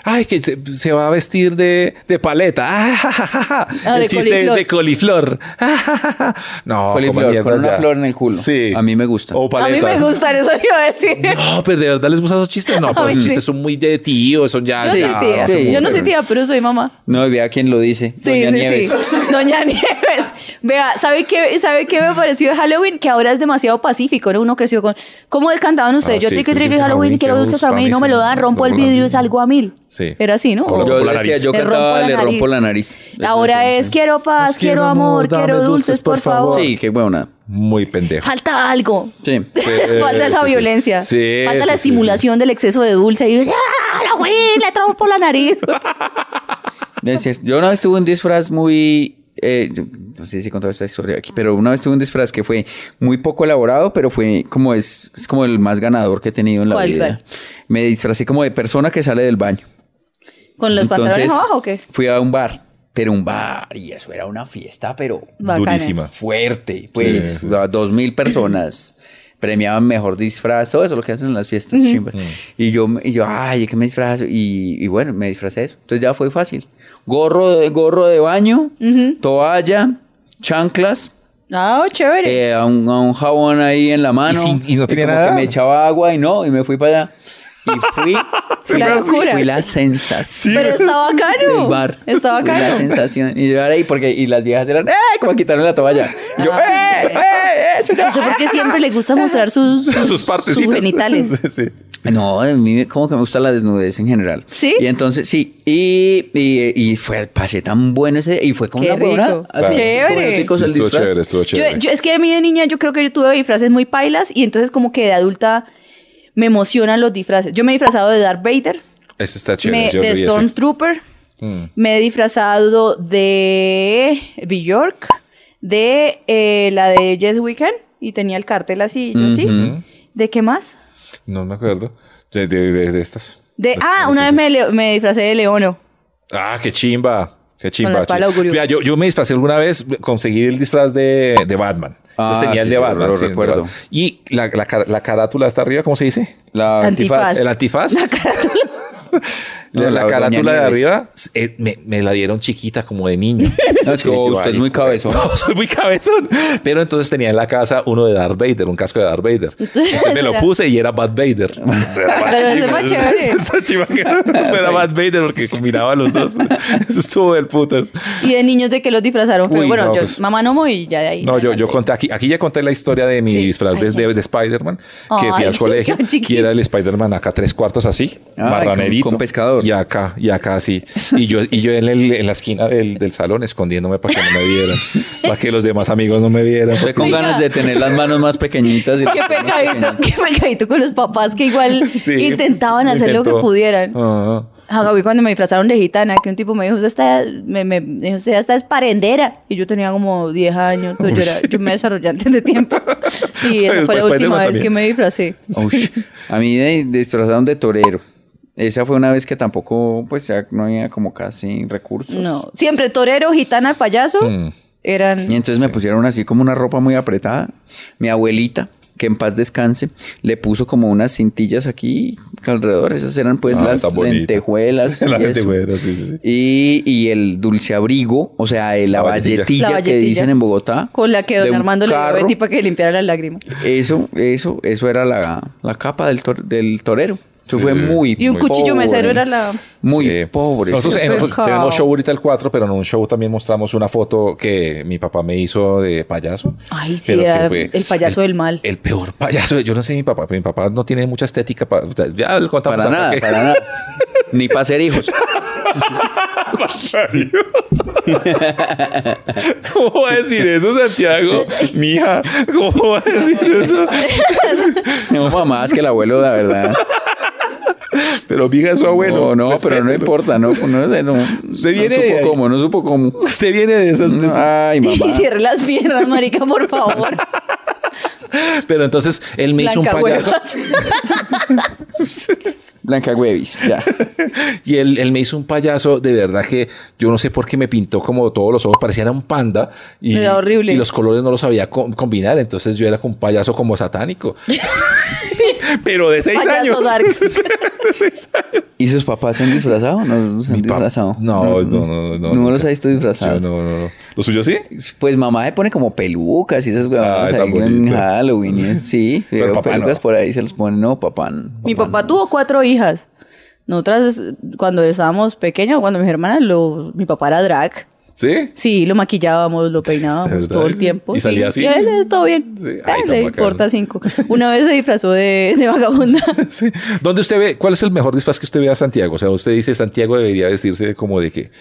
Speaker 1: ay, que se- se va a vestir de, de paleta. Ah, ja, ja, ja, ja.
Speaker 3: Ah,
Speaker 1: el
Speaker 3: de
Speaker 1: chiste
Speaker 3: coliflor.
Speaker 1: de coliflor. Ah, ja, ja, ja. No,
Speaker 2: Coliflor,
Speaker 1: coma mierda
Speaker 2: con una
Speaker 1: ya.
Speaker 2: flor en el culo.
Speaker 1: Sí.
Speaker 2: A mí me gusta.
Speaker 1: O
Speaker 3: A mí
Speaker 1: paleta.
Speaker 3: me gustan, eso yo iba a decir.
Speaker 1: No, pero de verdad les gustan esos chistes. No, pero
Speaker 3: Ay,
Speaker 1: los
Speaker 3: sí.
Speaker 1: chistes son muy de tío, son ya.
Speaker 3: Yo
Speaker 1: ya,
Speaker 3: soy tía.
Speaker 1: son
Speaker 2: sí.
Speaker 1: muy-
Speaker 3: Yo no soy tía, pero soy mamá.
Speaker 2: No, vea quién lo dice.
Speaker 3: Sí,
Speaker 2: Doña
Speaker 3: sí,
Speaker 2: Nieves.
Speaker 3: sí. Doña Nieves. Vea, ¿sabe qué, ¿sabe qué me pareció de Halloween? Que ahora es demasiado pacífico, ¿no? Uno creció con... ¿Cómo cantaban ustedes?
Speaker 1: Ah,
Speaker 3: yo
Speaker 1: sí,
Speaker 3: triqui
Speaker 1: tú
Speaker 3: triqui
Speaker 1: dices,
Speaker 3: Halloween,
Speaker 1: Halloween,
Speaker 3: quiero
Speaker 1: qué
Speaker 3: dulces a
Speaker 1: gusto,
Speaker 3: mí,
Speaker 1: a mí
Speaker 3: no me
Speaker 1: sí,
Speaker 3: lo dan,
Speaker 1: no,
Speaker 3: rompo el
Speaker 1: no, no,
Speaker 3: vidrio y
Speaker 1: no.
Speaker 3: salgo a mil.
Speaker 1: Sí.
Speaker 3: Era así, ¿no?
Speaker 1: O lo
Speaker 3: O-
Speaker 1: rompo
Speaker 2: Yo
Speaker 1: la
Speaker 2: decía,
Speaker 1: nariz.
Speaker 2: yo
Speaker 3: Le rompo
Speaker 2: cantaba,
Speaker 3: la
Speaker 2: le rompo
Speaker 3: nariz.
Speaker 2: la nariz. Eso
Speaker 3: Ahora
Speaker 2: decía,
Speaker 3: es
Speaker 2: sí.
Speaker 3: quiero paz,
Speaker 1: Pues quiero
Speaker 3: quiero amor,
Speaker 1: amor, dame
Speaker 3: quiero dulces, por favor.
Speaker 2: Sí, qué buena.
Speaker 1: Muy pendejo.
Speaker 3: Falta algo.
Speaker 2: Sí.
Speaker 3: Falta la
Speaker 1: sí, sí.
Speaker 3: violencia.
Speaker 1: Sí,
Speaker 3: Falta la
Speaker 1: sí, sí,
Speaker 3: estimulación del exceso de dulce. Y ¡Ah, Halloween! Le trompo la nariz.
Speaker 2: Es cierto. Yo una vez tuve un disfraz muy. eh, yo no sé si he contado esta historia aquí, pero una vez tuve un disfraz que fue muy poco elaborado, pero fue como es, es como el más ganador que he tenido en la
Speaker 3: ¿Cuál,
Speaker 2: vida.
Speaker 3: cuál?
Speaker 2: Me disfracé como de persona que sale del baño.
Speaker 3: ¿Con los pantalones
Speaker 2: Entonces,
Speaker 3: abajo o qué?
Speaker 2: Fui a un bar, pero un bar, y eso era una fiesta, pero
Speaker 3: Bacana.
Speaker 1: Durísima.
Speaker 2: fuerte. Pues
Speaker 1: Sí, sí.
Speaker 2: o sea, dos mil personas premiaban mejor disfraz, todo eso lo que hacen en las fiestas
Speaker 1: Mm.
Speaker 2: chimbas. Y yo, y yo, ay, ¿qué me disfrazo? Y, y bueno, me disfracé de eso. Entonces ya fue fácil. Gorro de, gorro de baño, toalla, chanclas,
Speaker 3: Ah, chévere.
Speaker 2: eh, a un, a un jabón ahí en la mano. eh,
Speaker 1: sin- y no tenía
Speaker 2: como
Speaker 1: nada.
Speaker 2: que me echaba agua y no, y me fui para allá. Y fui, fui
Speaker 3: La locura.
Speaker 2: fui la sensación
Speaker 3: Pero está
Speaker 2: del
Speaker 3: bacano.
Speaker 2: bar.
Speaker 3: Está
Speaker 2: Y La
Speaker 3: bacano.
Speaker 2: sensación. Y yo era ahí porque y las viejas eran, ¡eh! Como quitaron la toalla. Y yo,
Speaker 3: Ah,
Speaker 2: ¡eh!
Speaker 3: ok.
Speaker 2: ¡eh! ¡Eso
Speaker 3: No sé por qué siempre le gusta mostrar sus, sus,
Speaker 1: Sus partes.
Speaker 3: sus genitales.
Speaker 1: Sí, sí.
Speaker 2: No, a mí como que me gusta la desnudez en general.
Speaker 3: ¿Sí?
Speaker 2: Y entonces, sí. Y, y, y fue, pasé tan bueno ese Y fue como
Speaker 3: Qué
Speaker 2: una buena.
Speaker 3: rico. Chévere.
Speaker 1: Sí, estuvo chévere, estuvo
Speaker 3: Yo-
Speaker 1: chévere.
Speaker 3: yo- es que a mí de niña yo creo que yo tuve disfraces muy pailas y entonces como que de adulta me emocionan los disfraces. Yo me he disfrazado de Darth Vader,
Speaker 1: Ese está chévere.
Speaker 3: me-
Speaker 1: yo
Speaker 3: de
Speaker 1: lo vi ese.
Speaker 3: Stormtrooper,
Speaker 1: Mm.
Speaker 3: me he disfrazado de Bjork, de eh, la de Jess Weekend y tenía el cartel así, yo así. ¿De qué más?
Speaker 1: No me acuerdo. De, de- de- de estas.
Speaker 3: De, ah,
Speaker 1: pues,
Speaker 3: una vez me, le- me disfracé de Leono.
Speaker 1: Ah, qué chimba. Qué chimba.
Speaker 3: la espada
Speaker 1: chimba.
Speaker 3: augurio.
Speaker 1: Mira, yo, yo me disfracé alguna vez, conseguí el disfraz de, de Batman. Entonces
Speaker 2: Ah,
Speaker 1: tenía el
Speaker 2: sí,
Speaker 1: de
Speaker 2: yo
Speaker 1: Batman.
Speaker 2: lo
Speaker 1: sí, el de
Speaker 2: recuerdo.
Speaker 1: Batman. Y la, la, car- la carátula está arriba, ¿cómo se dice?
Speaker 2: La
Speaker 3: Antifaz.
Speaker 1: El antifaz.
Speaker 3: La carátula.
Speaker 1: La,
Speaker 2: No,
Speaker 1: la
Speaker 2: la
Speaker 1: carátula
Speaker 2: Doña
Speaker 1: de
Speaker 2: Nieves.
Speaker 1: arriba eh, me, me la dieron chiquita, como de niño.
Speaker 2: No, es que
Speaker 1: Y yo,
Speaker 2: usted es
Speaker 1: "Ay,
Speaker 2: muy cabezón".
Speaker 1: No, soy muy cabezón. Pero entonces tenía en la casa uno de Darth Vader, un casco de Darth Vader.
Speaker 3: Entonces,
Speaker 1: Entonces me lo
Speaker 3: era-
Speaker 1: puse y era Bad Vader. Era
Speaker 3: Pero ese
Speaker 1: chiva,
Speaker 3: fue chévere.
Speaker 1: esa chiva que- era Bad Vader porque combinaba los dos. Eso estuvo del putas.
Speaker 3: Y de niños de que los disfrazaron. feo.
Speaker 1: Uy,
Speaker 3: bueno,
Speaker 1: no,
Speaker 3: yo,
Speaker 1: pues-
Speaker 3: mamá no y ya de ahí.
Speaker 1: No, yo, yo conté aquí, aquí ya conté la historia de mi
Speaker 3: Sí.
Speaker 1: disfraz de,
Speaker 3: Ay,
Speaker 1: de- de Spider-Man, que fui
Speaker 3: Ay,
Speaker 1: al colegio
Speaker 3: qué chiquito.
Speaker 1: y era el Spider-Man acá tres cuartos así,
Speaker 2: Ah,
Speaker 1: marranerito.
Speaker 2: con- con pescador.
Speaker 1: Y acá, y acá así. Y yo, y yo en, el- en la esquina del, del salón escondiéndome para que no me vieran, para que los demás amigos no me vieran.
Speaker 2: Usted con
Speaker 3: Oiga.
Speaker 2: ganas de tener las manos más pequeñitas. y-
Speaker 3: Qué pecadito, qué pecadito con los papás que igual
Speaker 1: Sí,
Speaker 3: intentaban hacer lo
Speaker 1: intentó.
Speaker 3: que pudieran.
Speaker 1: Ah,
Speaker 3: A Gaby cuando me disfrazaron de gitana, que un tipo me dijo, usted está, me, me dijo, usted está es parendera. Y yo tenía como 10 años, pues yo, era- yo me desarrollé antes de tiempo. Y esa
Speaker 1: Pero
Speaker 3: fue la
Speaker 1: después
Speaker 3: última
Speaker 1: Spider-Man
Speaker 3: vez que
Speaker 1: también.
Speaker 3: me disfracé.
Speaker 2: Ush. A mí me disfrazaron de torero. Esa fue una vez que tampoco, pues ya no había como casi recursos.
Speaker 3: No, siempre torero, gitana, payaso,
Speaker 1: Mm.
Speaker 3: eran...
Speaker 2: Y entonces me pusieron así como una ropa muy apretada. Mi abuelita, que en paz descanse, le puso como unas cintillas aquí alrededor. Esas eran pues
Speaker 1: Ah,
Speaker 2: las
Speaker 1: está bonito.
Speaker 2: lentejuelas. y
Speaker 1: La
Speaker 2: eso.
Speaker 1: lentejuela, sí, sí, sí.
Speaker 2: Y, y el dulce abrigo, o sea, eh, la,
Speaker 1: La
Speaker 2: valletilla,
Speaker 1: valletilla.
Speaker 3: La
Speaker 2: que
Speaker 3: valletilla.
Speaker 2: dicen en Bogotá.
Speaker 3: Con la que
Speaker 2: de
Speaker 3: don
Speaker 2: un
Speaker 3: Armando le dio a
Speaker 2: carro.
Speaker 3: Betty para que limpiara las lágrimas.
Speaker 2: Eso, eso, eso era la, la capa del, tor- del torero. Eso
Speaker 1: Sí.
Speaker 2: fue muy
Speaker 3: Y un cuchillo
Speaker 2: pobre.
Speaker 3: mesero era la...
Speaker 2: Muy
Speaker 1: Sí.
Speaker 2: pobre.
Speaker 1: Nosotros,
Speaker 3: sí.
Speaker 1: eh, nosotros
Speaker 3: Pecado.
Speaker 1: tenemos show ahorita el 4, pero en un show también mostramos una foto que mi papá me hizo de payaso.
Speaker 3: Ay, sí,
Speaker 1: pero que
Speaker 3: era
Speaker 1: fue
Speaker 3: el payaso del mal.
Speaker 1: El peor payaso. Yo no sé mi papá, pero mi papá no tiene mucha estética. pa- o sea, ya lo contamos
Speaker 2: Para
Speaker 1: acá
Speaker 2: nada,
Speaker 1: que-
Speaker 2: para nada. Ni para ser hijos.
Speaker 1: ¿Cómo va a decir eso, Santiago? Mija, ¿cómo va a decir eso?
Speaker 2: No, mamá, es que el abuelo, la verdad.
Speaker 1: Pero mija es su abuelo.
Speaker 2: No, no, pero no
Speaker 1: Respételo.
Speaker 2: importa, no, no, no, no,
Speaker 1: Usted viene
Speaker 2: supo
Speaker 1: de ahí.
Speaker 2: cómo, no supo cómo.
Speaker 1: Usted viene de esas. de esas-
Speaker 2: Ay,
Speaker 3: Y
Speaker 2: mamá.
Speaker 3: cierre las piernas, marica, por favor.
Speaker 1: Pero entonces él me hizo un
Speaker 3: Blanca
Speaker 1: payaso.
Speaker 3: huevas.
Speaker 2: Blanca Huevis, ya.
Speaker 1: Y él, él me hizo un payaso de verdad que yo no sé por qué me pintó como todos los ojos, parecía era un panda. Y,
Speaker 3: Era horrible.
Speaker 1: Y los colores no los sabía co- combinar, entonces yo era como un payaso como satánico. pero de seis años.
Speaker 3: Payasos
Speaker 1: de seis años.
Speaker 2: ¿Y sus papás se han disfrazado o no se han
Speaker 1: Mi pa-
Speaker 2: disfrazado?
Speaker 1: No, no, no, no.
Speaker 2: No los
Speaker 1: nunca.
Speaker 2: ha visto
Speaker 1: Yo
Speaker 2: disfrazados.
Speaker 1: no, no, no. ¿Lo suyo sí?
Speaker 2: Pues mamá se pone como pelucas y esas huevadas
Speaker 1: Ay, Ah, tan
Speaker 2: ahí en
Speaker 1: bonito.
Speaker 2: Halloween. y es- Sí,
Speaker 1: Pero
Speaker 2: veo
Speaker 1: papá
Speaker 2: pelucas
Speaker 1: no.
Speaker 2: por ahí se los pone. No, papá. no,
Speaker 3: Mi
Speaker 2: papá
Speaker 3: papá tuvo cuatro hijas. Nosotras, cuando estábamos pequeñas, cuando mis hermanas, lo, mi papá era drag.
Speaker 1: ¿Sí?
Speaker 3: Sí, lo maquillábamos, lo
Speaker 1: ¿De
Speaker 3: peinábamos
Speaker 1: verdad?
Speaker 3: todo el tiempo.
Speaker 1: ¿Y
Speaker 3: sí.
Speaker 1: salía así?
Speaker 3: Y él, eh, todo bien.
Speaker 1: Sí. Ay,
Speaker 3: Ah,
Speaker 1: tan
Speaker 3: le
Speaker 1: bacano.
Speaker 3: importa cinco. Una vez se disfrazó de, de vagabunda.
Speaker 1: Sí. ¿Dónde usted ve, cuál es el mejor disfraz que usted ve a Santiago? O sea, usted dice Santiago debería vestirse como de qué?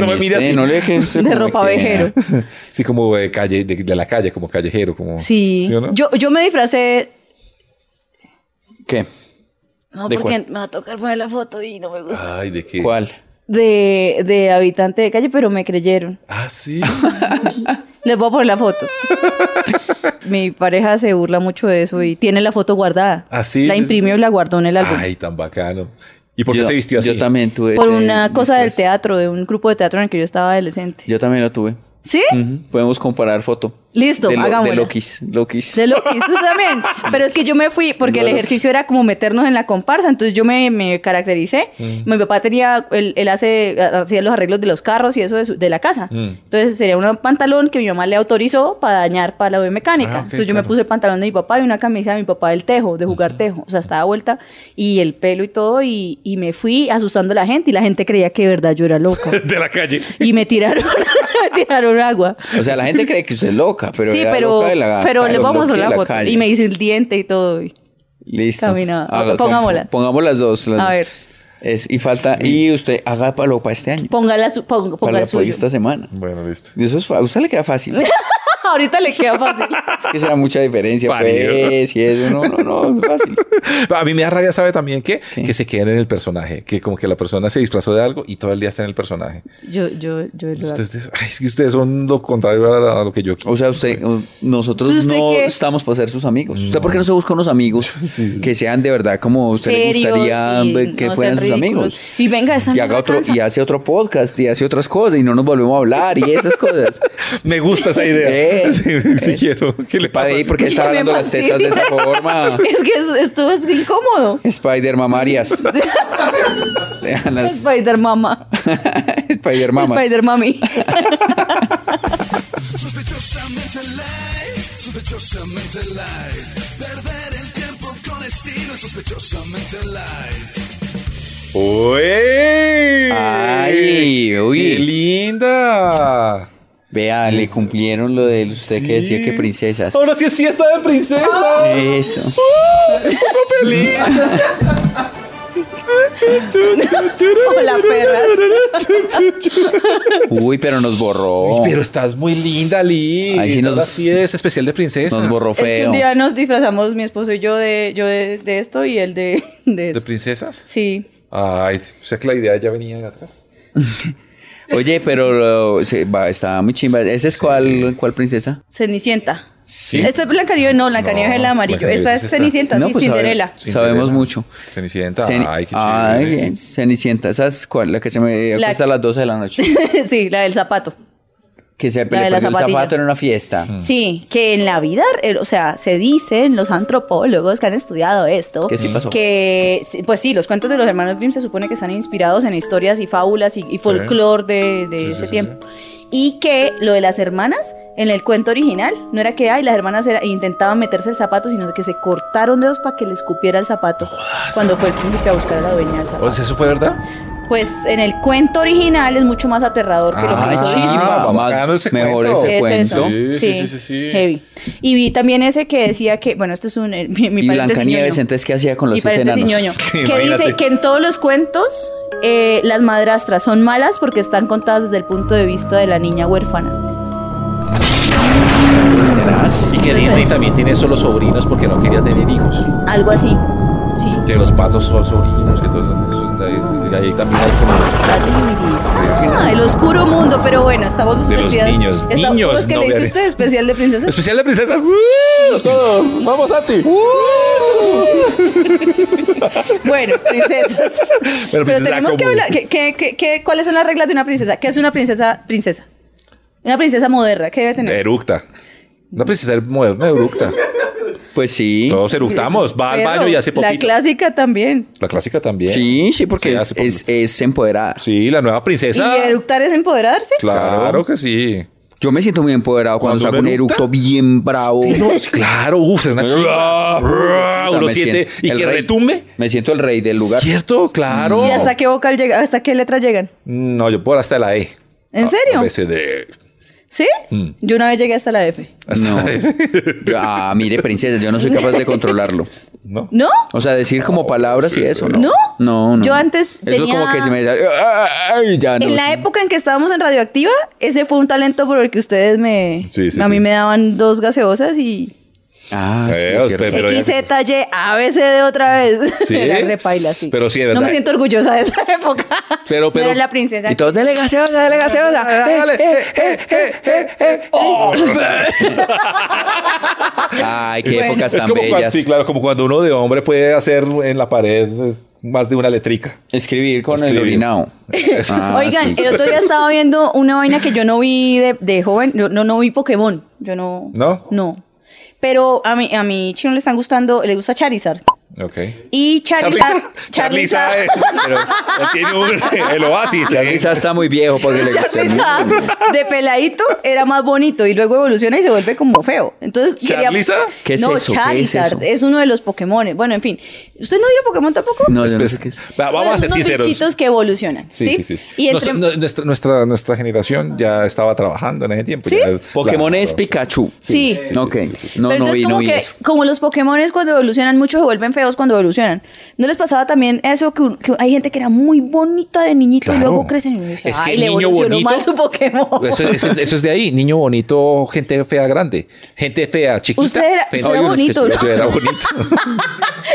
Speaker 1: no me mire
Speaker 2: este,
Speaker 1: así.
Speaker 2: no le dejes
Speaker 3: De ropa vejero.
Speaker 1: Sí, como de calle, de, de la calle, como callejero, como.
Speaker 3: Sí.
Speaker 1: o no?
Speaker 3: yo, yo me disfracé.
Speaker 2: ¿Qué?
Speaker 3: No,
Speaker 2: ¿De
Speaker 3: porque me va a tocar poner la foto y no me gusta.
Speaker 1: Ay, ¿de qué?
Speaker 2: ¿Cuál?
Speaker 3: De, de habitante de calle, pero me creyeron.
Speaker 1: Ah, sí.
Speaker 3: Les voy a poner la foto. Mi pareja se burla mucho de eso y tiene la foto guardada.
Speaker 1: ¿Ah, sí?
Speaker 3: La imprimió y la guardó en el álbum.
Speaker 1: Ay, tan bacano. ¿Y por qué se vistió así?
Speaker 2: Yo también tuve.
Speaker 3: por
Speaker 2: ese
Speaker 3: una cosa del
Speaker 2: disfraz.
Speaker 3: teatro, de un grupo de teatro en el que yo estaba adolescente.
Speaker 2: Yo también lo tuve.
Speaker 3: ¿Sí?
Speaker 2: Ujú, Podemos comparar foto.
Speaker 3: Listo,
Speaker 2: de
Speaker 3: hagámoslo.
Speaker 2: De Lokis. Lokis.
Speaker 3: De lo que hizo también. Pero es que yo me fui, porque el
Speaker 2: Bueno.
Speaker 3: ejercicio era como meternos en la comparsa, entonces yo me, me caractericé.
Speaker 1: Mm.
Speaker 3: Mi papá tenía, él, él hace, hacía los arreglos de los carros y eso de, su- de la casa.
Speaker 1: Mm.
Speaker 3: Entonces sería un pantalón que mi mamá le autorizó para dañar para la de mecánica.
Speaker 1: Ah, ok,
Speaker 3: entonces yo me
Speaker 1: claro.
Speaker 3: puse el pantalón de mi papá y una camisa de mi papá del tejo, de jugar tejo. O sea, estaba vuelta y el pelo y todo, y, y me fui asustando a la gente y la gente creía que de verdad yo era loca.
Speaker 1: De la calle.
Speaker 3: y me tiraron, me tiraron agua.
Speaker 2: O sea, la gente cree que usted es loca, pero.
Speaker 3: sí,
Speaker 2: era
Speaker 3: pero,
Speaker 2: loca de la-
Speaker 3: pero le
Speaker 2: loca
Speaker 3: vamos a
Speaker 2: de
Speaker 3: la, foto.
Speaker 2: calle.
Speaker 3: Y me hice el diente y todo. y-
Speaker 2: Listo.
Speaker 3: Caminaba.
Speaker 2: Haga-
Speaker 3: Pongámosla.
Speaker 2: Pongamos las dos. las
Speaker 3: A
Speaker 2: dos.
Speaker 3: ver.
Speaker 2: Es, y falta. Y usted haga palo para este año.
Speaker 3: Póngala su, pong- ponga
Speaker 2: para
Speaker 3: el
Speaker 2: la
Speaker 3: suyo.
Speaker 2: esta semana.
Speaker 1: Bueno, listo.
Speaker 2: Y Eso es, fa- a usted le queda fácil. Es
Speaker 3: Ahorita le queda fácil.
Speaker 2: que será mucha diferencia.
Speaker 1: Parido.
Speaker 2: Pues, y eso. No, no, no. Es fácil.
Speaker 1: A mí me da rabia, ¿sabe también qué? Que se queden en el personaje. Que como que la persona se disfrazó de algo y todo el día está en el personaje.
Speaker 3: Yo, yo, yo lo hago.
Speaker 1: Ustedes, ay, es que ustedes son lo contrario a, la- a lo que yo
Speaker 2: O sea, usted, nosotros
Speaker 3: Entonces, ¿usted
Speaker 2: no
Speaker 3: qué?
Speaker 2: estamos para ser sus amigos. ¿Usted por qué no se busca unos amigos
Speaker 1: Sí, sí.
Speaker 2: que sean de verdad como a usted
Speaker 3: Serios
Speaker 2: le gustaría
Speaker 3: y
Speaker 2: eh, que
Speaker 3: no
Speaker 2: fueran
Speaker 3: ser
Speaker 2: sus
Speaker 3: ridículos.
Speaker 2: amigos?
Speaker 3: Y venga, esa
Speaker 2: y
Speaker 3: mierda
Speaker 2: haga otro
Speaker 3: cansa.
Speaker 2: y hace otro podcast y hace otras cosas y no nos volvemos a hablar y esas cosas.
Speaker 1: Me gusta esa idea.
Speaker 2: Eh,
Speaker 1: sí, sí
Speaker 2: eh.
Speaker 1: quiero. ¿Qué le pasa?
Speaker 2: Padre, ¿y por qué está
Speaker 3: Me
Speaker 2: hablando las tetas de esa
Speaker 3: fastidia.
Speaker 2: forma?
Speaker 3: Es que es- esto es incómodo.
Speaker 2: Spider mamarias.
Speaker 3: Pues
Speaker 2: Lean las
Speaker 3: Spider Mama. pues
Speaker 2: Spider mamas.
Speaker 3: Spider Mami.
Speaker 4: Sospechosamente light, sospechosamente light. Perder el tiempo con estilo, sospechosamente light.
Speaker 1: ¡Uy!
Speaker 2: Ay, uy.
Speaker 1: ¡Qué linda!
Speaker 2: Vea, le cumplieron lo de usted que decía que princesas.
Speaker 1: Ahora sí es fiesta de princesas.
Speaker 2: Eso.
Speaker 3: Hola, perras.
Speaker 2: Uy, pero nos borró.
Speaker 1: Pero estás muy linda, Liz.
Speaker 2: Ay, sí, nos-
Speaker 1: Ahora Oh. sí es especial de princesas.
Speaker 2: Nos borró
Speaker 3: Es que
Speaker 2: feo.
Speaker 3: un día nos disfrazamos mi esposo y yo de, yo de, de esto y él de, de
Speaker 1: ¿De
Speaker 3: esto.
Speaker 1: princesas?
Speaker 3: Sí.
Speaker 1: Ay, o sea que la idea ya venía de atrás.
Speaker 2: Oye, pero lo- se- va, estaba muy chimba. ¿Ese es cuál, cuál princesa?
Speaker 3: Cenicienta.
Speaker 1: Sí.
Speaker 3: Esta es Blancanieves, no, Blancanieves
Speaker 1: No,
Speaker 3: es la amarillo.
Speaker 1: Blancanieves
Speaker 3: Esta
Speaker 1: es
Speaker 3: es
Speaker 1: esta.
Speaker 3: Cenicienta,
Speaker 2: No,
Speaker 3: sí,
Speaker 2: pues, a ver.
Speaker 3: Cinderela.
Speaker 2: Sabemos mucho.
Speaker 1: Cenicienta.
Speaker 2: Ceni-
Speaker 1: Ay, qué
Speaker 2: Ay,
Speaker 1: chévere.
Speaker 2: bien. Cenicienta. ¿Esa es cuál? La que se me
Speaker 3: La-
Speaker 2: acuesta a las 12 de la noche.
Speaker 3: sí, la del zapato.
Speaker 2: Que se le
Speaker 3: de la
Speaker 2: perdió el
Speaker 3: zapatilla.
Speaker 2: zapato en una fiesta.
Speaker 1: Mm.
Speaker 3: Sí, que en la vida, eh, o sea, se dicen los antropólogos que han estudiado esto.
Speaker 2: Que sí pasó.
Speaker 3: que, sí, pues sí, los cuentos de los hermanos Grimm se supone que están inspirados en historias y fábulas y, y folclore de, de
Speaker 1: Sí, sí,
Speaker 3: ese
Speaker 1: sí,
Speaker 3: tiempo. Y que lo de las hermanas, en el cuento original, no era que, ay, las hermanas era- intentaban meterse el zapato, sino que se cortaron dedos para que les cupiera el zapato. Cuando fue el príncipe a buscar a la dueña del zapato.
Speaker 1: O sea, ¿eso fue verdad?
Speaker 3: Pues en el cuento original es mucho más aterrador que lo que
Speaker 1: Ah,
Speaker 2: Ay,
Speaker 3: hizo Disney.
Speaker 2: chimba.
Speaker 1: bacano
Speaker 2: Más,
Speaker 1: ese
Speaker 2: mejor
Speaker 1: cuento.
Speaker 2: ese
Speaker 3: Es
Speaker 2: cuento.
Speaker 1: Sí,
Speaker 3: eso.
Speaker 1: sí, sí, sí, sí.
Speaker 3: Heavy. Y vi también ese que decía que, bueno, esto es un eh, mi, mi
Speaker 2: Y
Speaker 3: paréntesis
Speaker 2: Blancanieves,
Speaker 3: ñoño.
Speaker 2: entonces, ¿qué hacía con los
Speaker 3: Mi
Speaker 2: siete
Speaker 3: paréntesis
Speaker 2: enanos?
Speaker 3: ñoño. que
Speaker 1: Imagínate.
Speaker 3: dice que en todos los cuentos eh, las madrastras son malas porque están contadas desde el punto de vista de la niña huérfana.
Speaker 2: Verás.
Speaker 1: Y que
Speaker 3: Pues,
Speaker 1: Disney
Speaker 3: eh.
Speaker 1: también tiene solo sobrinos porque no quería tener hijos.
Speaker 3: Algo así. Sí.
Speaker 1: Que los patos son sobrinos, que todos son. son- ahí- ahí también hay como.
Speaker 3: Ah, el oscuro mundo, pero bueno, estamos
Speaker 1: De los
Speaker 3: vestidas-
Speaker 1: niños,
Speaker 3: estamos-
Speaker 1: niños,
Speaker 3: ¿cómo es que
Speaker 1: no
Speaker 3: le
Speaker 1: vean
Speaker 3: hiciste
Speaker 1: eso.
Speaker 3: especial de princesas?
Speaker 1: Especial de princesas. ¡Uh! Todos. Vamos a ti.
Speaker 3: Bueno, princesas. Pero,
Speaker 1: princesa
Speaker 3: tenemos que
Speaker 1: común.
Speaker 3: hablar. ¿qué- qué- qué- qué- cuáles son las reglas de una princesa? ¿Qué es una princesa princesa?
Speaker 1: Eh,
Speaker 3: Una princesa moderna, ¿qué debe tener?
Speaker 1: pues, Eructa. Una princesa moderna eructa.
Speaker 2: Pues sí.
Speaker 1: Todos eructamos, va al
Speaker 3: Pero
Speaker 1: baño y hace popito.
Speaker 3: La clásica también.
Speaker 1: La clásica también.
Speaker 2: Sí, sí, porque
Speaker 1: Sí,
Speaker 2: es,
Speaker 1: hace poco.
Speaker 2: es- es empoderada.
Speaker 1: Sí, la nueva princesa.
Speaker 3: ¿Y eructar es empoderarse?
Speaker 1: Claro,
Speaker 2: Claro.
Speaker 1: que sí.
Speaker 2: Yo me siento muy empoderado cuando,
Speaker 1: ¿Cuando
Speaker 2: saco un
Speaker 1: uno eructa?
Speaker 2: eructo bien bravo.
Speaker 1: No, es claro, uff, es una chiva. Uno
Speaker 2: Me
Speaker 1: siente
Speaker 2: siento
Speaker 1: y
Speaker 2: el
Speaker 1: que
Speaker 2: rey.
Speaker 1: retumbe.
Speaker 2: Me siento el rey del lugar.
Speaker 1: ¿Cierto? Claro.
Speaker 3: ¿Y hasta qué vocal llega, hasta qué letra llegan?
Speaker 1: No, yo puedo hasta la E.
Speaker 3: ¿En
Speaker 1: A-
Speaker 3: serio?
Speaker 1: A veces de.
Speaker 3: ¿Sí?
Speaker 1: Mm.
Speaker 3: Yo una vez llegué hasta la F.
Speaker 2: No.
Speaker 1: E.
Speaker 2: Yo- ah, mire, princesa, yo no soy capaz de controlarlo.
Speaker 1: ¿No?
Speaker 3: ¿no
Speaker 2: O sea, decir como palabras y eso, ¿no?
Speaker 3: ¿No?
Speaker 2: No, no.
Speaker 3: Yo antes
Speaker 2: Eso es como
Speaker 3: tenía-
Speaker 2: que se me... Ay, ya no.
Speaker 3: En la época en que estábamos en Radioactiva, ese fue un talento por el que ustedes me...
Speaker 1: Sí, sí,
Speaker 3: a mí
Speaker 1: sí.
Speaker 3: me daban dos gaseosas y...
Speaker 2: Ah, sí,
Speaker 1: Eh,
Speaker 2: es cierto.
Speaker 1: pero- ya-
Speaker 3: X, Z, Y, A, B, C, D otra vez.
Speaker 1: Sí.
Speaker 3: Era repaila, sí.
Speaker 1: Pero sí, de verdad.
Speaker 3: No me siento orgullosa de esa época.
Speaker 1: Pero, pero-
Speaker 3: Yo Era la princesa.
Speaker 2: Y todos, dele gaseosa, dele gaseosa.
Speaker 1: Dale.
Speaker 3: Eh,
Speaker 1: Oh,
Speaker 2: Ay, qué
Speaker 3: Bueno.
Speaker 2: épocas
Speaker 1: Es
Speaker 2: tan
Speaker 1: como cuando,
Speaker 2: bellas.
Speaker 1: sí, claro, como cuando uno de hombre puede hacer en la pared eh, más de una letrica.
Speaker 2: Escribir con
Speaker 1: Escribir.
Speaker 2: el orinao. Ah,
Speaker 3: Oigan, eh,
Speaker 2: sí.
Speaker 3: el otro día estaba viendo una vaina que yo no vi de, de joven. Yo no, no vi Pokémon. Yo no.
Speaker 1: ¿No?
Speaker 3: No. Pero a mi, a mi chino le están gustando, le gusta Charizard.
Speaker 1: Ok.
Speaker 3: Y Charizard.
Speaker 1: Charliza
Speaker 3: Charizard.
Speaker 1: es. Pero él tiene un, el oasis.
Speaker 2: Charliza está muy viejo porque le gusta
Speaker 3: Charliza de peladito era más bonito y luego evoluciona y se vuelve como feo. Entonces, quería-
Speaker 1: ¿Charliza?
Speaker 2: ¿Qué es
Speaker 3: no,
Speaker 2: eso? ¿Qué es
Speaker 3: Charizard
Speaker 2: eso?
Speaker 3: es, uno de los Pokémon. Bueno, en fin. ¿Usted no vieron Pokémon tampoco?
Speaker 2: No, yo no
Speaker 1: Pues,
Speaker 2: sé qué es.
Speaker 1: va- vamos
Speaker 3: Bueno,
Speaker 1: a ser
Speaker 3: son unos
Speaker 1: sinceros.
Speaker 3: bichitos que evolucionan. Sí,
Speaker 1: Sí, sí, sí.
Speaker 3: Y entre-
Speaker 1: Nos- no- nuestra, nuestra, nuestra generación ya estaba trabajando en ese tiempo.
Speaker 3: ¿Sí?
Speaker 1: ya-
Speaker 2: Pokémon
Speaker 1: claro,
Speaker 2: es Pikachu.
Speaker 3: Sí.
Speaker 2: Ok.
Speaker 1: sí, sí, sí.
Speaker 2: No,
Speaker 3: Pero
Speaker 2: no
Speaker 3: entonces
Speaker 2: vi,
Speaker 3: como
Speaker 2: no vi
Speaker 3: que,
Speaker 2: eso.
Speaker 3: como los Pokémon cuando evolucionan, muchos se vuelven feos cuando evolucionan. ¿No les pasaba también eso que, un- que hay gente que era muy bonita de niñito y
Speaker 1: Claro.
Speaker 3: luego crecen y uno dice,
Speaker 1: Es que
Speaker 3: ay,
Speaker 1: el
Speaker 3: le
Speaker 1: niño
Speaker 3: evolucionó
Speaker 1: bonito-
Speaker 3: mal su Pokémon?
Speaker 1: Eso, eso es- eso es de ahí, niño bonito, gente fea grande, gente fea, chiquita.
Speaker 3: Usted era-
Speaker 1: Fe-
Speaker 3: usted
Speaker 1: Hay
Speaker 3: era
Speaker 1: unos que sí,
Speaker 3: bonito, ¿no?
Speaker 1: Yo era bonito.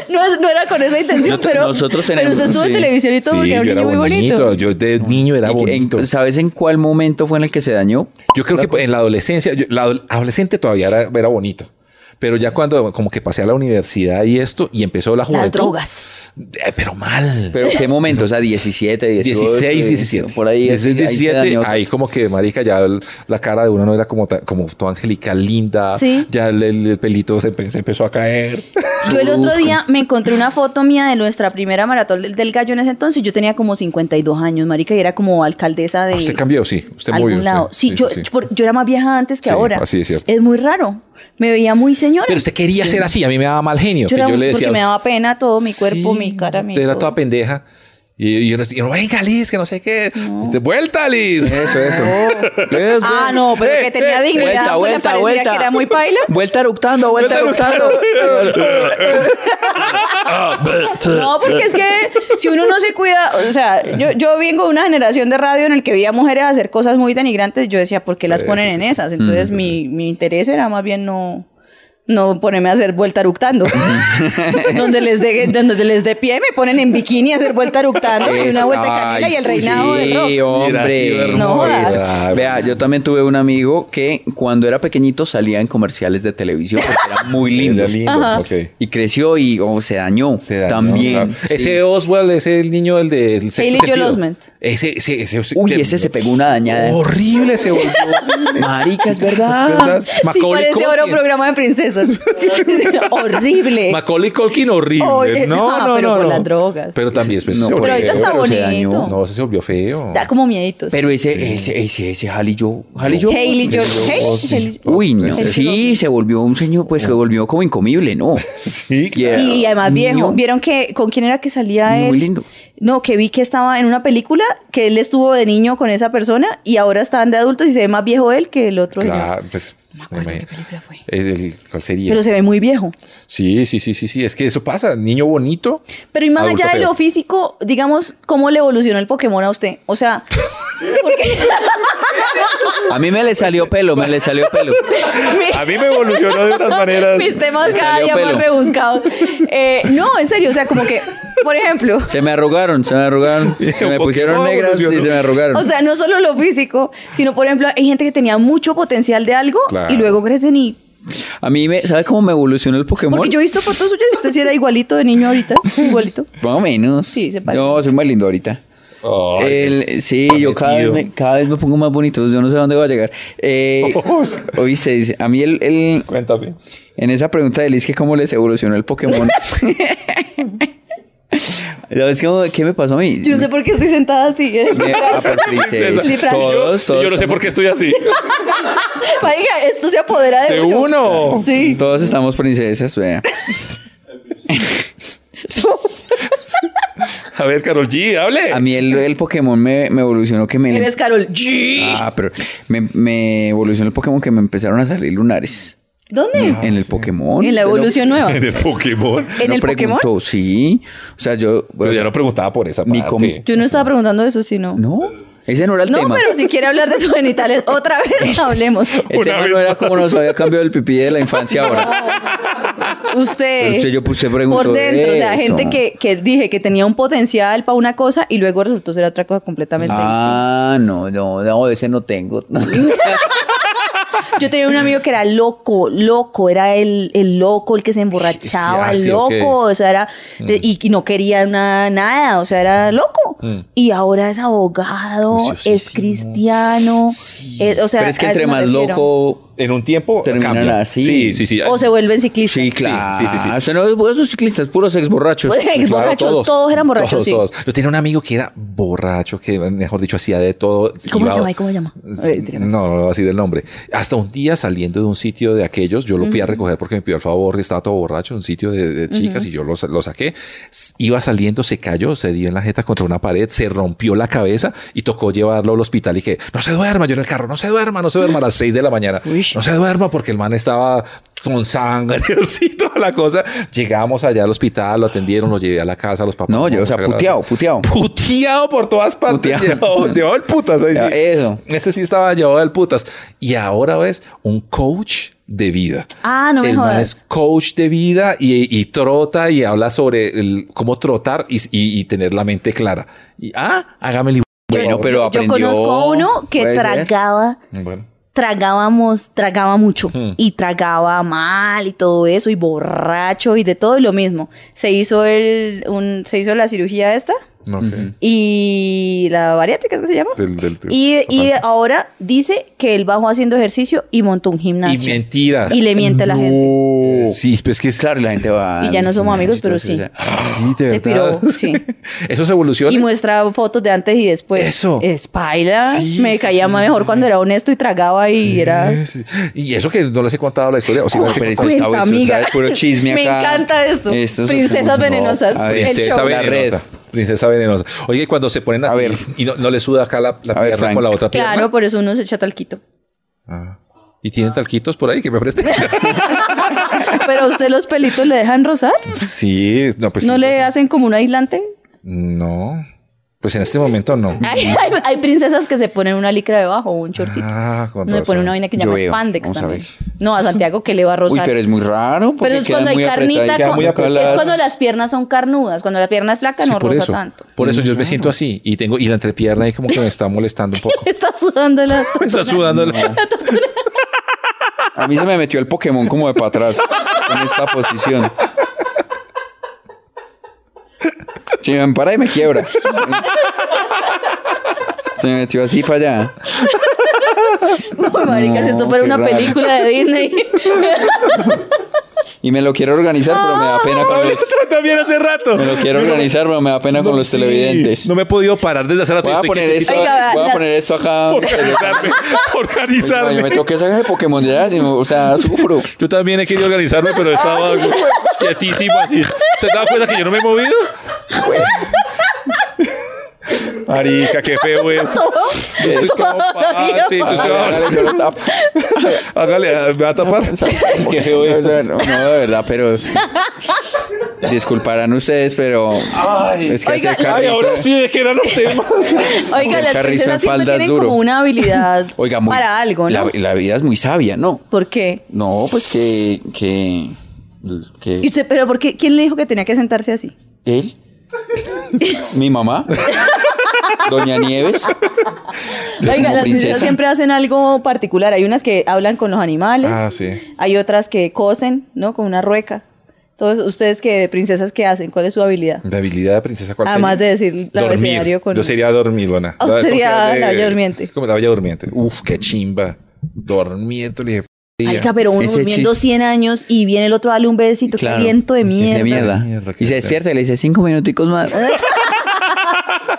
Speaker 3: no, es- no era con esa intención,
Speaker 2: Nosotros-
Speaker 3: pero,
Speaker 2: nosotros
Speaker 3: pero
Speaker 2: tenemos-
Speaker 3: usted estuvo
Speaker 2: sí.
Speaker 3: en televisión y todo porque era un niño muy bonito.
Speaker 1: Yo de niño era
Speaker 2: ¿Y en-
Speaker 1: bonito.
Speaker 2: ¿Sabes en cuál momento fue en el que se dañó?
Speaker 1: Yo creo que en la adolescencia, yo- la adol- adolescente todavía era, era bonito. Pero ya cuando como que pasé a la universidad y esto, y empezó la juventud.
Speaker 3: Las drogas.
Speaker 1: Eh, pero mal.
Speaker 2: ¿Pero qué momento? O sea, 17, 18.
Speaker 1: 16, 17.
Speaker 2: Por ahí.
Speaker 1: 16,
Speaker 2: ahí se
Speaker 1: 17. Ahí,
Speaker 2: dañó.
Speaker 1: como que, marica, ya el- la cara de uno no era como, ta- como toda angélica, linda.
Speaker 3: Sí.
Speaker 1: Ya el, el pelito se, empe- se empezó a caer.
Speaker 3: Yo el otro día me encontré una foto mía de nuestra primera maratón del, del gallo en ese entonces. Yo tenía como 52 años, marica, y era como alcaldesa de...
Speaker 1: Ah, Usted cambió, sí. Usted movió.
Speaker 3: algún
Speaker 1: usted.
Speaker 3: lado. Sí, yo, por- yo era más vieja antes que
Speaker 1: Sí,
Speaker 3: ahora.
Speaker 1: así es cierto.
Speaker 3: muy raro. Me veía muy señora.
Speaker 1: Pero usted quería ser así. A mí me daba mal genio.
Speaker 3: yo
Speaker 1: que
Speaker 3: era
Speaker 1: yo
Speaker 3: muy-
Speaker 1: le decía,
Speaker 3: porque me daba pena todo, mi cuerpo,
Speaker 1: Sí,
Speaker 3: mi cara, mi.
Speaker 1: usted Era
Speaker 3: todo.
Speaker 1: toda pendeja. Y yo no yo, venga, Liz, que no sé qué. De vuelta, Liz.
Speaker 2: Eso, eso.
Speaker 3: Oh. Ah, no, pero
Speaker 1: Eh,
Speaker 3: que tenía dignidad.
Speaker 2: vuelta,
Speaker 3: ¿no se le
Speaker 2: vuelta,
Speaker 3: parecía
Speaker 2: vuelta.
Speaker 3: que era muy paila?
Speaker 2: Vuelta eructando, vuelta eructando.
Speaker 1: Ah,
Speaker 3: No, porque es que si uno no se cuida, o sea, yo, yo vengo de una generación de radio en el que veía mujeres hacer cosas muy denigrantes, yo decía, ¿por qué las ponen en esas?
Speaker 2: Mm,
Speaker 3: Entonces mi, mi interés era más bien no, no ponerme a hacer vuelta eructando. donde les dé donde les dé pie me ponen en bikini a hacer vuelta eructando y una vuelta de
Speaker 2: Ay,
Speaker 3: canela y el reinado
Speaker 2: sí,
Speaker 3: del rock.
Speaker 1: Hubiera
Speaker 2: hombre.
Speaker 1: sido
Speaker 3: No jodas.
Speaker 1: hermoso.
Speaker 2: Vea, yo también tuve un amigo que cuando era pequeñito salía en comerciales de televisión porque era muy lindo.
Speaker 1: Era lindo.
Speaker 3: Ajá.
Speaker 1: ok.
Speaker 2: Y creció y oh, se dañó.
Speaker 1: Se dañó,
Speaker 2: también. Eh,
Speaker 1: claro.
Speaker 2: sí.
Speaker 1: Ese Oswald es el niño del de el sexto
Speaker 3: Haley Joel
Speaker 1: sentido.
Speaker 3: Osment.
Speaker 1: Ese, ese, ese, ese-
Speaker 2: Uy, ese se pegó una dañada.
Speaker 1: Horrible se volvió.
Speaker 2: Marica, es verdad.
Speaker 3: Ah, Sí, parece ahora un programa de princesas. Horrible.
Speaker 1: Macaulay Culkin horrible.
Speaker 3: Oye,
Speaker 1: no,
Speaker 3: ah,
Speaker 1: no,
Speaker 3: pero
Speaker 1: no,
Speaker 3: por
Speaker 1: no.
Speaker 3: las drogas.
Speaker 1: Pero también después
Speaker 2: No,
Speaker 1: se
Speaker 2: pero
Speaker 1: volvió
Speaker 3: ahorita
Speaker 1: feo.
Speaker 3: está
Speaker 2: pero se dañó.
Speaker 3: bonito.
Speaker 1: No, ese se volvió feo.
Speaker 3: Da como mieditos.
Speaker 2: Pero ese, ese, ese, ese Haley Joe. Haley Joe.
Speaker 3: Haley Joel. Haley- Haley-
Speaker 2: Uy, no.
Speaker 3: Haley
Speaker 2: Sí,
Speaker 3: Joel.
Speaker 2: se volvió un señor, pues
Speaker 3: Oh.
Speaker 2: se volvió como incomible, ¿no?
Speaker 1: Sí,
Speaker 2: Y era
Speaker 3: Y, y además
Speaker 2: un
Speaker 3: viejo.
Speaker 2: niño
Speaker 3: ¿Vieron que con quién era que salía él?
Speaker 2: Muy lindo.
Speaker 3: No, que vi que estaba en una película, que él estuvo de niño con esa persona y ahora están de adultos y se ve más viejo él que el otro. señor.
Speaker 1: Claro, pues.
Speaker 3: No me acuerdo
Speaker 1: imagino.
Speaker 3: qué película fue.
Speaker 1: El, el- ¿Cuál sería?
Speaker 3: Pero se ve muy viejo.
Speaker 1: Sí, sí, sí, sí, sí. Es que eso pasa. Niño bonito.
Speaker 3: Pero y más
Speaker 1: adulto
Speaker 3: allá de
Speaker 1: feo.
Speaker 3: lo físico, digamos, ¿cómo le evolucionó el Pokémon a usted? O sea, porque
Speaker 2: A mí me le salió
Speaker 3: Pues,
Speaker 2: pelo, me le salió pelo.
Speaker 1: A mí me evolucionó de unas maneras.
Speaker 3: mis temas
Speaker 2: Le
Speaker 3: cada
Speaker 2: salió
Speaker 3: día más
Speaker 2: pelo.
Speaker 3: rebuscados. Eh, no, en serio, o sea, como que, por ejemplo,
Speaker 2: Se me arrugaron, se me arrugaron. Se me
Speaker 1: Pokémon
Speaker 2: pusieron negras y se me
Speaker 1: evolucionó.
Speaker 2: arrugaron.
Speaker 3: O sea, no solo lo físico, sino por ejemplo, hay gente que tenía mucho potencial de algo
Speaker 1: Claro.
Speaker 3: y luego crecen y.
Speaker 2: a mí me, ¿sabes cómo me evolucionó el Pokémon?
Speaker 3: Porque yo he visto fotos suyas y usted sí era igualito de niño ahorita. Igualito.
Speaker 2: Más o menos.
Speaker 3: Sí, se parece.
Speaker 2: No, soy más lindo ahorita.
Speaker 1: Ay, pues, qué
Speaker 2: El- sí, yo cada vez, me,
Speaker 1: sometido.
Speaker 2: cada vez me pongo más bonito, yo no sé a dónde voy a llegar. Eh,
Speaker 3: Oh,
Speaker 2: oíste, dice, a mí el, el-
Speaker 1: Cuéntame.
Speaker 2: en esa pregunta de Liz que cómo les evolucionó el Pokémon. ¿Sabes cómo, qué me pasó a mí?
Speaker 3: Yo no sé por qué estoy sentada así. ¿eh?
Speaker 2: Me- ah, por princesa.
Speaker 3: Literal.
Speaker 2: Todos, todos
Speaker 1: yo no sé por qué estoy así.
Speaker 3: Marica, esto se apodera de,
Speaker 1: De uno.
Speaker 3: Sí.
Speaker 2: Todos estamos princesas, vea.
Speaker 1: A ver, Carol G, hable.
Speaker 2: A mí el, el Pokémon me, me evolucionó que me...
Speaker 3: Eres Carol G.
Speaker 2: Ah, pero me, me evolucionó el Pokémon que me empezaron a salir lunares.
Speaker 3: ¿Dónde?
Speaker 1: Ah,
Speaker 2: en el Pokémon.
Speaker 3: En la
Speaker 2: Se lo-
Speaker 3: evolución nueva.
Speaker 1: Del Pokémon.
Speaker 3: ¿En
Speaker 2: uno
Speaker 3: el Pokémon?
Speaker 2: preguntó, Sí. O sea, yo...
Speaker 1: Pero ya
Speaker 2: o sea,
Speaker 1: no preguntaba por esa
Speaker 2: mi
Speaker 1: parte.
Speaker 2: com-
Speaker 3: Yo no estaba preguntando eso, sino.
Speaker 2: No, ese no era el
Speaker 3: No,
Speaker 2: tema.
Speaker 3: pero si quiere hablar de sus genitales, otra vez hablemos.
Speaker 2: El
Speaker 1: Una
Speaker 2: tema
Speaker 1: vez
Speaker 2: no era
Speaker 1: más.
Speaker 2: cómo nos había cambiado el pipí de la infancia ahora.
Speaker 3: Usted.
Speaker 2: Pero usted, yo, pues, usted preguntó
Speaker 3: Por dentro, o sea,
Speaker 2: eso.
Speaker 3: gente que, que dije que tenía un potencial para una cosa y luego resultó ser otra cosa completamente
Speaker 2: Ah, no, no, no, ese no tengo.
Speaker 3: distinta. Yo tenía un amigo que era loco, loco, era el, el loco, el que se emborrachaba,
Speaker 1: Sí, ah, sí,
Speaker 3: el loco,
Speaker 1: ok.
Speaker 3: o sea, era.
Speaker 2: Mm.
Speaker 3: Y, y no quería una- nada, o sea, era loco.
Speaker 1: Mm.
Speaker 3: Y ahora es abogado, es
Speaker 1: Juiciosísimo.
Speaker 3: cristiano. es- o sea,
Speaker 2: pero es que
Speaker 3: a eso
Speaker 2: entre
Speaker 3: me
Speaker 2: más
Speaker 3: refiero.
Speaker 2: loco...
Speaker 1: En un tiempo
Speaker 2: Terminan
Speaker 1: cambia.
Speaker 2: así.
Speaker 1: Sí, sí, sí.
Speaker 3: O se vuelven ciclistas.
Speaker 2: Sí, claro.
Speaker 1: sí, sí, sí.
Speaker 2: O sea, no, esos ciclistas, puros ex borrachos.
Speaker 3: Pues, ex
Speaker 1: Claro,
Speaker 3: borrachos, todos, eran borrachos.
Speaker 1: todos,
Speaker 3: sí.
Speaker 1: todos. Yo tenía un amigo que era borracho, que mejor dicho hacía de todo.
Speaker 3: ¿Cómo
Speaker 1: Iba-
Speaker 3: se llama? ¿Y cómo se llama? A ver, tírame.
Speaker 1: No, no, no voy a decir el nombre. Hasta un día saliendo de un sitio de aquellos, yo lo fui a recoger porque me pidió el favor y estaba todo borracho, un sitio de, de chicas y yo lo, sa- lo saqué. S- Iba saliendo, se cayó, se dio en la jeta contra una pared, se rompió la cabeza y tocó llevarlo al hospital y que no se duerma, yo en el carro, no se duerma, no se duerma a las 6 de la mañana.
Speaker 3: Uy.
Speaker 1: No se duerma porque el man estaba con sangre, así toda la cosa. Llegamos allá al hospital, lo atendieron, lo llevé a la casa, los papás.
Speaker 2: No, yo, o sea,
Speaker 1: muchas
Speaker 2: puteado,
Speaker 1: gracias.
Speaker 2: puteado.
Speaker 1: Puteado por todas partes.
Speaker 2: Puteado. eh,
Speaker 1: Llevado, llevado el putas ahí sí.
Speaker 2: Eso.
Speaker 1: Este sí estaba llevado del putas. Y ahora es un coach de vida.
Speaker 3: Ah, no me
Speaker 1: El man
Speaker 3: jodas.
Speaker 1: es coach de vida y, y trota y habla sobre el- cómo trotar y, y- y tener la mente clara. Y, ah, hágame el...
Speaker 2: Bueno,
Speaker 3: Yo-
Speaker 2: pero
Speaker 3: yo,
Speaker 2: aprendió.
Speaker 3: Yo conozco a uno que
Speaker 2: Puede ser.
Speaker 3: tragaba,
Speaker 1: Bueno.
Speaker 3: tragábamos, tragaba mucho
Speaker 1: Hmm.
Speaker 3: y tragaba mal y todo eso y borracho y de todo y lo mismo. Se hizo el, un, se hizo la cirugía esta
Speaker 1: ok.
Speaker 3: y la bariátrica ¿es que se llama.
Speaker 1: Del- del- del-
Speaker 3: Y, y ahora dice que él bajó haciendo ejercicio y montó un
Speaker 1: Y
Speaker 3: gimnasio. Y,
Speaker 1: mentiras.
Speaker 3: le miente a la gente.
Speaker 1: Oh. Sí, pues es que es
Speaker 2: Claro, y la gente va...
Speaker 3: Y ya no somos amigos, pero sí.
Speaker 1: Sí, de
Speaker 3: Este
Speaker 1: verdad.
Speaker 3: piro, sí.
Speaker 1: Eso es evolución.
Speaker 3: Y muestra fotos de antes y después.
Speaker 1: Eso.
Speaker 3: Es paila.
Speaker 1: Sí,
Speaker 3: me
Speaker 1: sí,
Speaker 3: caía
Speaker 1: sí,
Speaker 3: más
Speaker 1: sí,
Speaker 3: mejor
Speaker 1: sí.
Speaker 3: cuando era honesto y tragaba y era.
Speaker 1: Y eso que no les he contado la historia. O sea,
Speaker 2: Pero eso está-
Speaker 3: Cuenta,
Speaker 2: eso está
Speaker 3: amiga.
Speaker 2: de puro chisme
Speaker 3: Me
Speaker 2: acá.
Speaker 3: encanta esto.
Speaker 2: Esto es-
Speaker 3: Princesas
Speaker 2: no,
Speaker 3: venenosas.
Speaker 2: a ver,
Speaker 3: el
Speaker 1: Ah, Princesa
Speaker 3: show.
Speaker 1: venenosa. Princesa venenosa. Oye, y cuando se ponen así
Speaker 2: ver.
Speaker 1: y no, no le suda acá la, la
Speaker 2: A ver,
Speaker 1: pierna
Speaker 2: Frank.
Speaker 1: con la otra pierna.
Speaker 3: Claro, por eso uno se echa talquito.
Speaker 1: Ah. Y tienen talquitos por ahí que me presten.
Speaker 3: Pero a usted los pelitos le dejan rosar.
Speaker 1: sí, no, pues.
Speaker 3: ¿No
Speaker 1: sí,
Speaker 3: le
Speaker 1: pues,
Speaker 3: hacen como un aislante?
Speaker 1: No. Pues en este momento no.
Speaker 3: Hay, hay- hay princesas que se ponen una licra debajo o un shortcito.
Speaker 1: Ah, con
Speaker 3: uno le
Speaker 1: razón.
Speaker 3: pone una vaina que
Speaker 2: Yo
Speaker 3: llama
Speaker 2: veo.
Speaker 3: spandex
Speaker 2: Vamos a
Speaker 3: también.
Speaker 2: ver.
Speaker 3: No, a Santiago que le va a rosar.
Speaker 2: Uy, pero es muy raro porque
Speaker 3: Pero es
Speaker 2: queda
Speaker 3: cuando
Speaker 2: muy
Speaker 3: hay
Speaker 2: apretadita,
Speaker 3: carnita,
Speaker 2: queda
Speaker 3: con-
Speaker 2: muy
Speaker 3: es
Speaker 2: apretadada.
Speaker 3: cuando las piernas son carnudas, cuando la pierna es flaca
Speaker 1: Sí,
Speaker 3: no
Speaker 1: por
Speaker 3: rosa
Speaker 1: eso.
Speaker 3: tanto.
Speaker 1: Por eso yo me siento así y tengo y la entrepierna ahí como que me está molestando un poco.
Speaker 3: Está sudando la
Speaker 1: me está sudando. el-
Speaker 2: A mí se me metió el Pokémon como de para atrás en esta posición. Si me para y me quiebra. Se me metió así para allá.
Speaker 3: Uy, marica, si esto fuera
Speaker 2: qué
Speaker 3: una
Speaker 2: raro.
Speaker 3: película de Disney.
Speaker 2: Y me lo quiero organizar, pero me da pena con los.
Speaker 1: También hace rato.
Speaker 2: Me lo quiero organizar, pero me da pena con los
Speaker 1: Sí,
Speaker 2: televidentes.
Speaker 1: No me he podido parar desde hace rato.
Speaker 2: Voy a
Speaker 1: Estoy
Speaker 2: poner
Speaker 1: quietecito.
Speaker 2: esto,
Speaker 3: Oiga,
Speaker 2: voy a
Speaker 3: la-
Speaker 2: poner esto acá.
Speaker 1: organizarme,
Speaker 2: Yo
Speaker 1: organizarme.
Speaker 2: me toqué sacar el Pokémon de allá, sino- o sea, sufro.
Speaker 1: Yo también he querido organizarme, pero estaba quietísimo así. ¿Se da cuenta que yo no me he movido? Marica, qué feo eso.
Speaker 3: Todo
Speaker 1: Ah, sí,
Speaker 3: Dios.
Speaker 1: tú estás-
Speaker 2: Hágale, yo lo tapo.
Speaker 1: Hágale, me va a tapar. Qué feo
Speaker 2: O
Speaker 1: eso.
Speaker 2: sea, No, no, de verdad, pero sí. disculparán ustedes, pero es que
Speaker 3: Oiga,
Speaker 2: hacer
Speaker 1: Ay,
Speaker 2: carrizo-
Speaker 1: ahora sí, ¿de qué eran los temas?
Speaker 3: Oiga,
Speaker 2: Hacer
Speaker 3: las
Speaker 2: carrizo en
Speaker 3: princesas siempre
Speaker 2: faldas
Speaker 3: tienen
Speaker 2: duro.
Speaker 3: como una habilidad
Speaker 2: Oiga, muy-
Speaker 3: para algo,
Speaker 2: La,
Speaker 3: ¿no?
Speaker 2: la vida es muy sabia, ¿no?
Speaker 3: ¿Por qué?
Speaker 2: No, pues que que, que
Speaker 3: ¿Y usted, pero por qué? ¿Quién le dijo que tenía que sentarse así?
Speaker 2: él, mi mamá, Doña Nieves.
Speaker 3: Oiga,
Speaker 2: Como
Speaker 3: las princesas
Speaker 2: princesa.
Speaker 3: siempre hacen algo particular. Hay unas que hablan con los animales.
Speaker 1: Ah, sí.
Speaker 3: Hay otras que cosen, ¿no? Con una rueca. Todos ustedes que princesas que hacen, ¿cuál es su habilidad?
Speaker 1: La habilidad de princesa cuál
Speaker 3: Además
Speaker 1: sería?
Speaker 3: de decir el
Speaker 1: Dormir.
Speaker 3: abecedario con-
Speaker 1: Yo sería dormilona.
Speaker 3: Ah, usted
Speaker 1: ¿Cómo se llama?
Speaker 3: sería
Speaker 1: De-
Speaker 3: la Bella Durmiente.
Speaker 1: Como la Bella Durmiente. Uf, qué chimba. Dormir, tú le dije.
Speaker 3: Marica, pero uno
Speaker 2: Ese
Speaker 3: durmiendo
Speaker 2: chiste.
Speaker 3: 100 años y viene el otro a darle un besito.
Speaker 2: Claro.
Speaker 3: Qué viento de mierda.
Speaker 2: De mierda.
Speaker 1: mierda, qué
Speaker 2: Y se
Speaker 1: feo.
Speaker 2: despierta y le dice cinco minuticos más.
Speaker 3: Ay,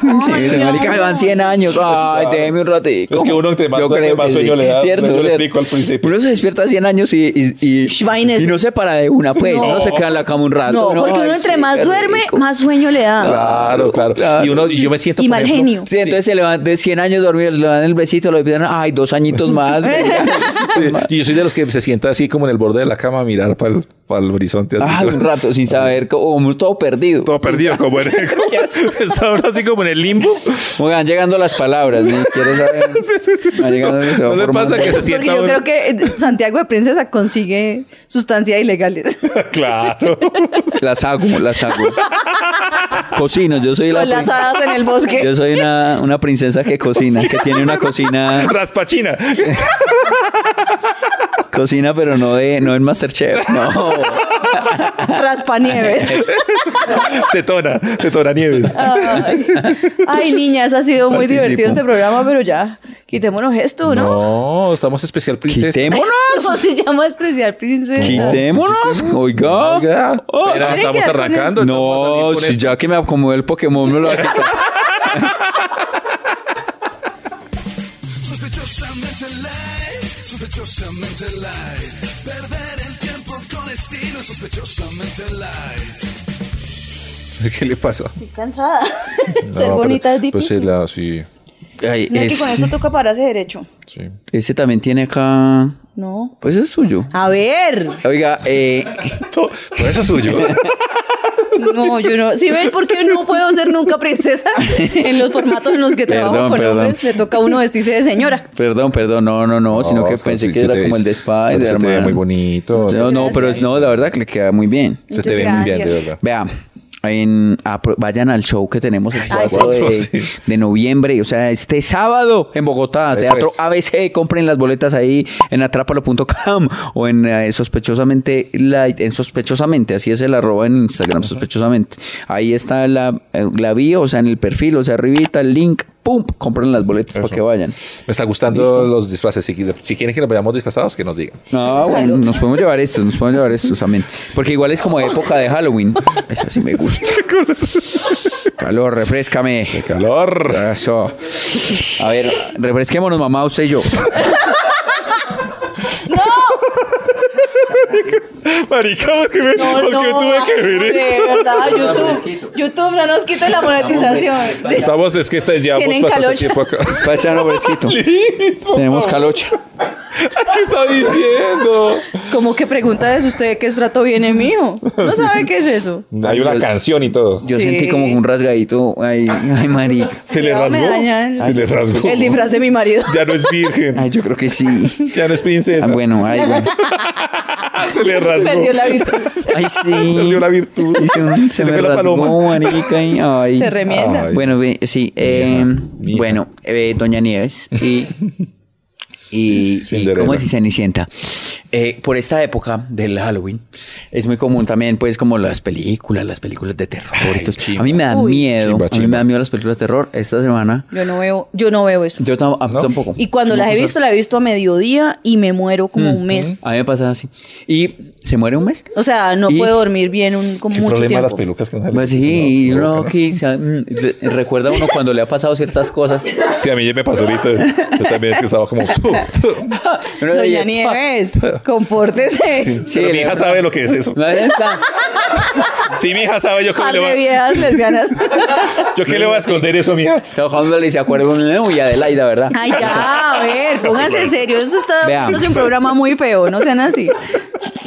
Speaker 2: Y dice,
Speaker 3: no,
Speaker 2: marica, me van
Speaker 3: no.
Speaker 2: 100 años. Ay, déjeme un ratito.
Speaker 1: Es que uno te más-
Speaker 2: Yo
Speaker 1: te
Speaker 2: creo
Speaker 1: más
Speaker 2: que
Speaker 1: sueño
Speaker 2: sí.
Speaker 1: le da,
Speaker 2: Cierto,
Speaker 1: yo le
Speaker 2: cierto.
Speaker 1: explico al principio.
Speaker 2: Uno se despierta a 100 años y, y, y,
Speaker 3: Sh, vaina es-
Speaker 2: y no se para de una, pues. No,
Speaker 3: No.
Speaker 2: se queda en la cama un rato.
Speaker 3: No, porque uno
Speaker 2: ay,
Speaker 3: entre
Speaker 2: sí,
Speaker 3: más
Speaker 2: qué
Speaker 3: duerme,
Speaker 2: rico.
Speaker 3: más sueño le da.
Speaker 1: Claro, claro.
Speaker 2: claro.
Speaker 1: Y uno, y yo me siento.
Speaker 3: Y
Speaker 1: por
Speaker 3: mal
Speaker 1: ejemplo,
Speaker 3: genio.
Speaker 2: Sí, entonces se levanta de 100 años dormido, le dan el besito, le dicen, ay, dos añitos más. venga".
Speaker 1: sí, y yo soy de los que se sienta así como en el borde de la cama a mirar para el, horizonte. Así,
Speaker 2: Ah, un rato, sin saber, como como todo perdido.
Speaker 1: Todo perdido, como en el. Está uno así como en el limbo.
Speaker 2: Como que van llegando las palabras, ¿no? ¿Quieres saber?
Speaker 1: Sí, sí, sí.
Speaker 2: Van llegando, se va
Speaker 1: ¿No le
Speaker 2: formando.
Speaker 1: pasa que se
Speaker 3: Porque
Speaker 1: sienta
Speaker 3: yo
Speaker 1: uno-
Speaker 3: creo que eh, Santiago de Princesa consigue sustancias ilegales.
Speaker 1: Claro.
Speaker 2: Las hago, las hago. Cocino, yo soy la.
Speaker 3: Con las
Speaker 2: prin-
Speaker 3: hadas en el bosque.
Speaker 2: Yo soy una, una princesa que cocina, que tiene una cocina,
Speaker 1: Raspachina.
Speaker 2: cocina, pero no de, no en Masterchef. No.
Speaker 3: Raspanieves.
Speaker 1: Cetona. Cetona Nieves.
Speaker 3: Ay. Ay, niñas, ha sido muy
Speaker 2: Participo.
Speaker 3: divertido este programa, pero ya, quitémonos esto, ¿no?
Speaker 1: No, estamos especial princesa.
Speaker 2: Quitémonos.
Speaker 3: ¿Cómo se llama Especial Princesa?
Speaker 2: Quitémonos. Oiga.
Speaker 1: Oiga.
Speaker 2: Oh.
Speaker 1: Mira,
Speaker 3: Tiene que
Speaker 1: estamos
Speaker 3: ver con
Speaker 1: arrancando. estamos
Speaker 2: No,
Speaker 1: a salir con
Speaker 2: si
Speaker 1: esto.
Speaker 2: ya que me acomodó el Pokémon, me lo
Speaker 4: Sospechosamente light, sospechosamente light. Perder el tiempo con estilo, sospechosamente light.
Speaker 1: ¿Qué le pasó?
Speaker 3: Estoy cansada.
Speaker 1: No,
Speaker 3: Ser
Speaker 1: pero-
Speaker 3: bonita es
Speaker 1: Pues
Speaker 3: difícil.
Speaker 1: sí, la- sí,
Speaker 2: Ay,
Speaker 3: No, es que
Speaker 2: es-
Speaker 3: con eso toca pararse derecho.
Speaker 1: sí.
Speaker 2: Ese también tiene acá.
Speaker 3: No.
Speaker 2: Pues es suyo.
Speaker 3: A ver.
Speaker 2: Oiga, eh,
Speaker 1: Por eso es suyo.
Speaker 3: No, yo no. Si ven por qué no puedo ser nunca princesa en los formatos en los que trabajo
Speaker 2: Perdón,
Speaker 3: con
Speaker 2: perdón.
Speaker 3: hombres, le toca a uno vestirse de señora.
Speaker 2: perdón, perdón, no, no, no, sino que
Speaker 1: está-
Speaker 2: pensé
Speaker 1: sí,
Speaker 2: que
Speaker 1: se
Speaker 2: era
Speaker 1: te-
Speaker 2: como el de
Speaker 1: se-
Speaker 2: Spider-Man.
Speaker 1: se te ve muy bonito.
Speaker 2: No, no, pero es- no, la verdad que le queda muy bien.
Speaker 1: Se te ve muy bien, de verdad.
Speaker 2: Vea, en- apro- vayan al show que tenemos el 4
Speaker 1: sí.
Speaker 2: de,
Speaker 1: Sí.
Speaker 2: de noviembre, o sea, este sábado en Bogotá,
Speaker 1: Eso
Speaker 2: Teatro
Speaker 1: es.
Speaker 2: ABC. Compren las boletas ahí en atrápalo.com o en eh, sospechosamente light, en sospechosamente, así es el arroba en Instagram, sospechosamente. Ahí está la, eh, la bio, o sea, en el perfil, o sea, arribita, el link, pum, compren las boletas para que vayan.
Speaker 1: Me está gustando los disfraces. Si, si quieren que nos vayamos disfrazados, que nos digan.
Speaker 2: No, bueno, nos podemos llevar estos, nos podemos llevar estos también. Porque igual es como época de Halloween. Eso sí me gusta. Calor, refrescame.
Speaker 1: Calor.
Speaker 2: Eso. A ver, refresquémonos, mamá, usted y yo.
Speaker 1: Marica, porque, me,
Speaker 3: No, no. De verdad, YouTube. YouTube no pues, nos quite la monetización.
Speaker 1: Estamos, es que está- llevamos
Speaker 3: Tienen
Speaker 1: bastante
Speaker 3: calocha.
Speaker 1: tiempo acá.
Speaker 2: Despachano fresquito. Tenemos calocha.
Speaker 1: ¿Qué está diciendo?
Speaker 3: Como que pregunta es usted qué trato viene mío. No sabe qué es eso.
Speaker 1: Hay una canción y todo.
Speaker 2: Yo
Speaker 3: Sí.
Speaker 2: sentí como un rasgadito. Ay, ay, marica.
Speaker 1: Se le
Speaker 3: Ya
Speaker 1: rasgó.
Speaker 3: me dañan.
Speaker 1: Se le rasgó.
Speaker 3: El disfraz de mi marido.
Speaker 1: Ya no es virgen.
Speaker 2: Ay, yo creo que sí.
Speaker 1: Ya no es
Speaker 2: Ah,
Speaker 1: princesa.
Speaker 2: bueno, ay, bueno.
Speaker 1: Se le rasgó.
Speaker 3: Perdió la virtud.
Speaker 2: Ay, sí.
Speaker 1: Perdió la virtud.
Speaker 2: Y se, se
Speaker 1: Se le
Speaker 2: me
Speaker 1: fue la
Speaker 2: rasgó,
Speaker 1: paloma.
Speaker 2: marica. y- Ay.
Speaker 3: Se remienda.
Speaker 1: Ay.
Speaker 2: Bueno, ve- sí. eh,
Speaker 1: mija.
Speaker 2: Bueno, eh, Doña Nieves y. Y, y
Speaker 1: Cinderella.
Speaker 2: ¿cómo es? Y Cenicienta. Eh, por esta época del Halloween, es muy común también, pues, como las películas, las películas de terror. y todo. a mí me da
Speaker 3: Uy.
Speaker 2: miedo.
Speaker 1: Chimba,
Speaker 2: A mí me
Speaker 1: chimba.
Speaker 2: da miedo las películas de terror. Esta semana,
Speaker 3: Yo no veo, yo no veo eso.
Speaker 2: yo tam- a-
Speaker 1: ¿No? pues,
Speaker 2: tampoco.
Speaker 3: Y cuando las he visto, las he visto a mediodía y me muero como un mes.
Speaker 2: A mí me pasa así. Y se muere un mes.
Speaker 3: O sea, no
Speaker 2: Y-
Speaker 3: puedo dormir bien un, como
Speaker 1: ¿Qué
Speaker 3: mucho
Speaker 1: problema
Speaker 3: tiempo.
Speaker 1: las pelucas que nos
Speaker 2: Pues sí, y uno aquí, o sea, mm, re- recuerda uno cuando le ha pasado ciertas cosas.
Speaker 1: Sí, a mí ya me pasó ahorita. Yo también es que estaba como.
Speaker 2: Uno
Speaker 3: Doña
Speaker 2: dice,
Speaker 3: Nieves, compórtese.
Speaker 2: Sí,
Speaker 1: Pero
Speaker 2: el
Speaker 1: mi hija
Speaker 2: otro.
Speaker 1: sabe lo que es eso.
Speaker 2: "Ahí está".
Speaker 1: Si mi hija sabe, yo cómo
Speaker 3: Par
Speaker 1: le
Speaker 3: de
Speaker 1: voy
Speaker 3: viejas lesbianas.
Speaker 1: a, yo qué le voy a esconder eso, mija.
Speaker 2: Trabajándole y se acuerda uno uy, Adelaida, ¿verdad?
Speaker 3: Ay, ya, a ver, pónganse
Speaker 1: pues,
Speaker 3: serio. Eso está
Speaker 2: Vea.
Speaker 3: dándose un programa muy feo, no sean así.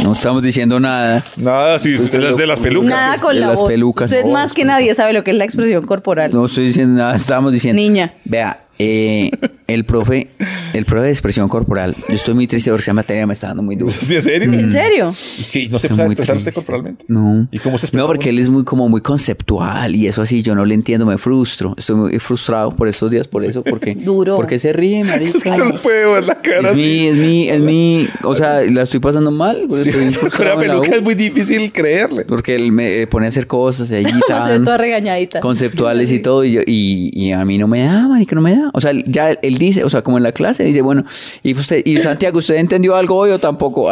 Speaker 2: No estamos diciendo nada.
Speaker 1: Nada, sí, es de las pelucas.
Speaker 3: Nada con
Speaker 2: de
Speaker 3: la
Speaker 2: las
Speaker 3: voz.
Speaker 2: pelucas.
Speaker 3: Usted
Speaker 2: No,
Speaker 3: más que nadie sabe lo que es la expresión corporal.
Speaker 2: No estoy diciendo nada, estamos diciendo.
Speaker 3: Niña.
Speaker 2: Vea, Eh, el profe, el profe de expresión corporal. Yo estoy muy triste porque esa materia me está dando muy duro.
Speaker 1: ¿Sí, en serio? Mm.
Speaker 3: ¿En serio?
Speaker 1: ¿Y qué? ¿Y no se
Speaker 2: Estoy
Speaker 1: puede
Speaker 2: muy
Speaker 1: expresar usted
Speaker 2: triste.
Speaker 1: corporalmente?
Speaker 2: No.
Speaker 1: ¿Y cómo se expresa
Speaker 2: No, porque
Speaker 1: uno?
Speaker 2: él es muy como muy conceptual y eso así yo no le entiendo, me frustro. Estoy muy frustrado por estos días por eso porque
Speaker 3: Duro.
Speaker 2: Porque se ríe, marica.
Speaker 1: Es que no le puede ver la cara
Speaker 2: Es
Speaker 1: así.
Speaker 2: mi, es mi, es mi, o sea, la estoy pasando mal. porque
Speaker 1: Sí,
Speaker 2: estoy
Speaker 1: con la
Speaker 2: frustrado en la
Speaker 1: peluca
Speaker 2: U,
Speaker 1: es muy difícil creerle.
Speaker 2: Porque él me eh, pone a hacer cosas ahí
Speaker 3: Como se ve
Speaker 2: tan
Speaker 3: toda regañadita.
Speaker 2: conceptuales y todo. Y, yo- y, y a mí no me da, marica, no me da. O sea, ya él, él dice, o sea, como en la clase, dice, bueno, y usted, y Santiago, ¿usted entendió algo hoy o tampoco?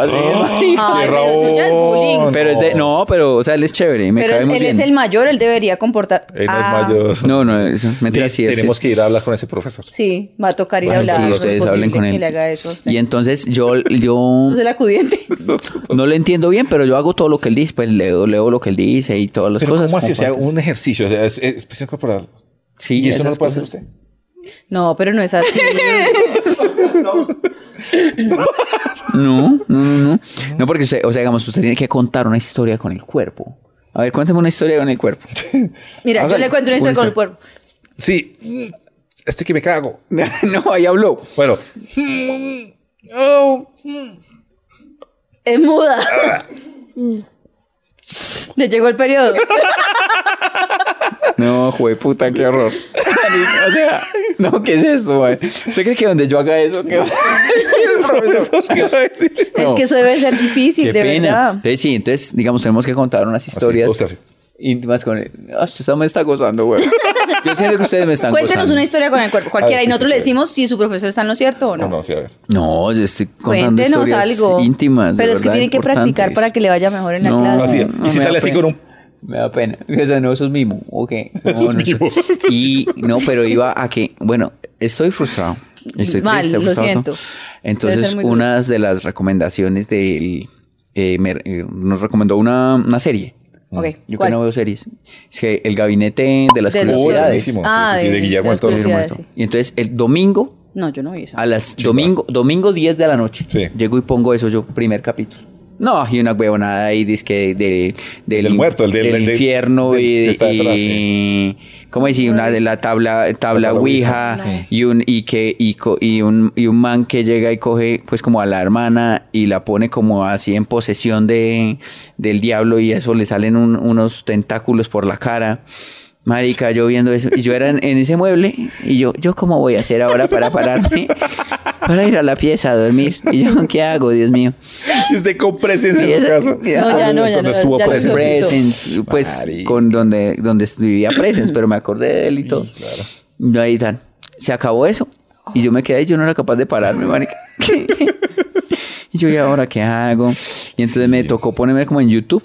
Speaker 2: Así, marica.
Speaker 3: Ay, pero eso ya es bullying.
Speaker 2: Pero es de, no, pero, o sea, él es chévere, me
Speaker 3: Pero
Speaker 2: cae
Speaker 3: es-
Speaker 2: muy
Speaker 3: él
Speaker 2: bien.
Speaker 3: es el mayor, él debería comportar.
Speaker 1: Él no es
Speaker 3: Ah,
Speaker 1: mayor.
Speaker 2: No, no, eso, mentira,
Speaker 1: Te-
Speaker 2: sí, él sí.
Speaker 1: tenemos que ir a hablar con ese profesor.
Speaker 3: Sí, va a tocar ir a
Speaker 2: Ay,
Speaker 3: hablar.
Speaker 2: sí,
Speaker 3: no es
Speaker 2: ustedes
Speaker 3: posible
Speaker 2: hablen con
Speaker 3: Que
Speaker 2: él.
Speaker 3: le haga eso a usted.
Speaker 2: Y entonces yo, yo
Speaker 3: Eso es el acudiente.
Speaker 2: no le entiendo bien, pero yo hago todo lo que él dice, pues leo, leo lo que él dice y todas las
Speaker 1: Pero
Speaker 2: cosas.
Speaker 1: ¿cómo así?
Speaker 2: como
Speaker 1: O sea,
Speaker 2: para-
Speaker 1: un ejercicio, o sea, es- es expresión corporal.
Speaker 2: sí,
Speaker 1: y eso no
Speaker 2: esas
Speaker 1: lo puede hacer
Speaker 2: cosas.
Speaker 1: usted.
Speaker 3: No, pero no es así.
Speaker 2: No, no, no, no. No, porque usted, o sea, digamos, usted tiene que contar una historia con el cuerpo. A ver, cuéntame una historia con el cuerpo.
Speaker 3: Mira, yo
Speaker 2: Hágale.
Speaker 3: le cuento una
Speaker 2: Puede
Speaker 3: historia con
Speaker 2: ser.
Speaker 3: el cuerpo.
Speaker 1: Sí, mm, estoy que me cago.
Speaker 2: no, ahí habló.
Speaker 1: Bueno,
Speaker 3: Es muda. Le llegó el periodo.
Speaker 2: No, jue puta, qué horror. o sea, no, ¿qué es eso, man? ¿Usted cree que donde yo haga eso, qué el profesor?
Speaker 1: ¿qué va a decir?
Speaker 3: Es
Speaker 2: No.
Speaker 3: que eso debe ser difícil,
Speaker 2: Qué
Speaker 3: de
Speaker 2: pena.
Speaker 3: verdad.
Speaker 2: Entonces, sí, entonces, digamos, tenemos que contar unas historias
Speaker 1: usted así.
Speaker 2: íntimas con él. Ah, usted está- me está gozando, güey. Yo siento que ustedes me están
Speaker 3: Cuéntenos
Speaker 2: gozando.
Speaker 3: una historia con el cuerpo, cualquiera.
Speaker 1: ver, Ah, sí,
Speaker 3: y nosotros
Speaker 1: sí, sí.
Speaker 3: le decimos si su profesor está en lo cierto o no.
Speaker 1: No, no, sí, a ver.
Speaker 2: No, yo estoy contando
Speaker 3: Cuéntenos
Speaker 2: historias
Speaker 3: algo.
Speaker 2: íntimas. de
Speaker 3: Pero es que
Speaker 2: verdad,
Speaker 3: tienen que practicar
Speaker 2: importantes.
Speaker 3: para que le vaya mejor en la
Speaker 2: No,
Speaker 3: clase.
Speaker 1: Así,
Speaker 2: No,
Speaker 1: y si
Speaker 2: me da
Speaker 1: sale así
Speaker 2: pena.
Speaker 1: con un...
Speaker 2: Me da pena. O sea, no, eso es mimo. Ok. No, no,
Speaker 1: mimo.
Speaker 2: no. Y no, pero iba a que, bueno, estoy frustrado. Estoy
Speaker 3: Mal,
Speaker 2: triste,
Speaker 3: lo
Speaker 2: frustrado.
Speaker 3: siento. Debe
Speaker 2: Entonces,
Speaker 3: ser muy duro.
Speaker 2: una de las recomendaciones del. eh, me- eh, nos recomendó una, una serie.
Speaker 3: Ok,
Speaker 2: Yo
Speaker 3: ¿cuál?
Speaker 2: que no veo series. Es que el gabinete de las
Speaker 3: De los
Speaker 2: curiosidades.
Speaker 1: buenísimo.
Speaker 3: Ah,
Speaker 1: Sí, sí, sí, de Guillermo del
Speaker 3: las
Speaker 1: Toro.
Speaker 3: curiosidades,
Speaker 2: Muerto.
Speaker 3: sí.
Speaker 2: Y entonces el domingo
Speaker 3: No, yo no vi eso.
Speaker 2: a las domingo, domingo 10 de la noche.
Speaker 1: Sí.
Speaker 2: Llego y pongo eso yo, primer capítulo. No, y una huevonada ahí, dizque de, del,
Speaker 1: Del muerto, el del-
Speaker 2: del
Speaker 1: del- del-
Speaker 2: infierno
Speaker 1: del-
Speaker 2: y,
Speaker 1: que está detrás,
Speaker 2: y- ¿cómo decir? Una de la tabla, tabla,
Speaker 1: tabla
Speaker 2: Ouija,
Speaker 3: Ouija.
Speaker 2: y un, y que, y, co- y un, y un man que llega y coge pues como a la hermana y la pone como así en posesión de, del diablo y eso le salen un- unos tentáculos por la cara. Marica, yo viendo eso, y yo era en, en ese mueble, y yo, yo cómo voy a hacer ahora para pararme, para ir a la pieza a dormir, y yo, ¿qué hago, Dios mío?
Speaker 1: Y usted con presencia
Speaker 2: Y
Speaker 1: en su
Speaker 2: eso-
Speaker 1: casa.
Speaker 2: No, ya
Speaker 1: Ah,
Speaker 3: no, ya
Speaker 1: cuando
Speaker 3: no,
Speaker 1: estuvo
Speaker 3: ya no
Speaker 1: presente.
Speaker 3: hizo eso.
Speaker 2: Presence, pues,
Speaker 1: Marica.
Speaker 2: con donde, donde vivía Presence, pero me acordé de él y todo. Y ahí tan, se acabó eso, y yo me quedé, y yo no era capaz de pararme, marica. Y yo, ¿y ahora qué hago? Y entonces me tocó ponerme como en YouTube,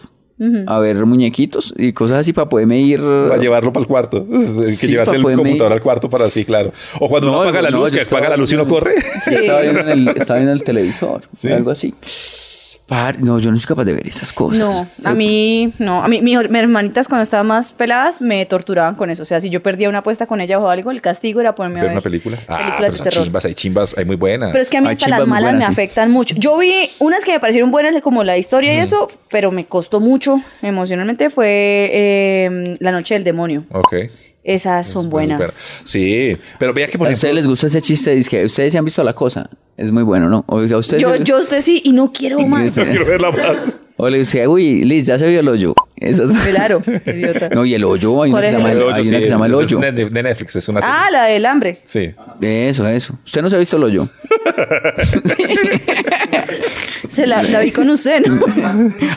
Speaker 2: a ver muñequitos y cosas así para poderme ir...
Speaker 1: Para llevarlo para el cuarto. Que
Speaker 2: Sí,
Speaker 1: llevarse
Speaker 2: para
Speaker 1: el
Speaker 2: poderme-
Speaker 1: computador al cuarto para así, claro. O cuando uno apaga la
Speaker 2: no,
Speaker 1: luz,
Speaker 2: yo
Speaker 1: que
Speaker 2: estaba
Speaker 1: apaga la luz y uno corre.
Speaker 3: Sí.
Speaker 2: Yo Estaba, viendo en el, estaba viendo el televisor, algo así. Par- no, yo no soy capaz de ver esas
Speaker 1: pues,
Speaker 2: cosas.
Speaker 3: No, a mí, no, a mí, mi- mis hermanitas cuando estaban más peladas me torturaban con eso. O sea, si yo perdía una apuesta con ella o algo, el castigo era ponerme a
Speaker 1: ¿Ver
Speaker 3: ver
Speaker 1: una película? Ah,
Speaker 3: películas
Speaker 1: pero
Speaker 3: de
Speaker 1: son
Speaker 3: terror.
Speaker 1: chimbas, hay chimbas, hay muy buenas.
Speaker 3: Pero es que a mí
Speaker 2: Hay
Speaker 3: hasta las
Speaker 2: chimbas muy
Speaker 3: malas me
Speaker 2: buenas, sí.
Speaker 3: afectan mucho. Yo vi unas que me parecieron buenas, como la historia
Speaker 1: Mm.
Speaker 3: y eso, pero me costó mucho emocionalmente. Fue eh, La Noche del Demonio.
Speaker 1: Ok.
Speaker 3: Esas son buenas.
Speaker 1: Bueno, Sí, pero vea que por
Speaker 2: ¿A
Speaker 1: ejemplo...
Speaker 2: ustedes les gusta ese chiste? Dice que ustedes se han visto la cosa. Es muy bueno, ¿no? O, a ustedes
Speaker 3: Yo,
Speaker 2: les-
Speaker 3: yo usted sí, y no quiero más.
Speaker 1: Quiero verla más.
Speaker 2: o le dice, uy, Liz, ya se vio el hoyo. Esas-
Speaker 3: Claro, idiota.
Speaker 2: No, y el hoyo, hay una
Speaker 3: ¿Cuál
Speaker 2: que
Speaker 3: es
Speaker 2: se llama
Speaker 3: el
Speaker 2: el,
Speaker 1: hoyo,
Speaker 2: hay
Speaker 1: sí,
Speaker 2: una que se llama el
Speaker 1: es
Speaker 2: hoyo.
Speaker 1: De, de Netflix, es una serie.
Speaker 3: Ah, la del hambre.
Speaker 1: Sí.
Speaker 2: Eso, eso. ¿Usted no se ha visto el hoyo?
Speaker 3: Se la, la vi con usted, ¿no?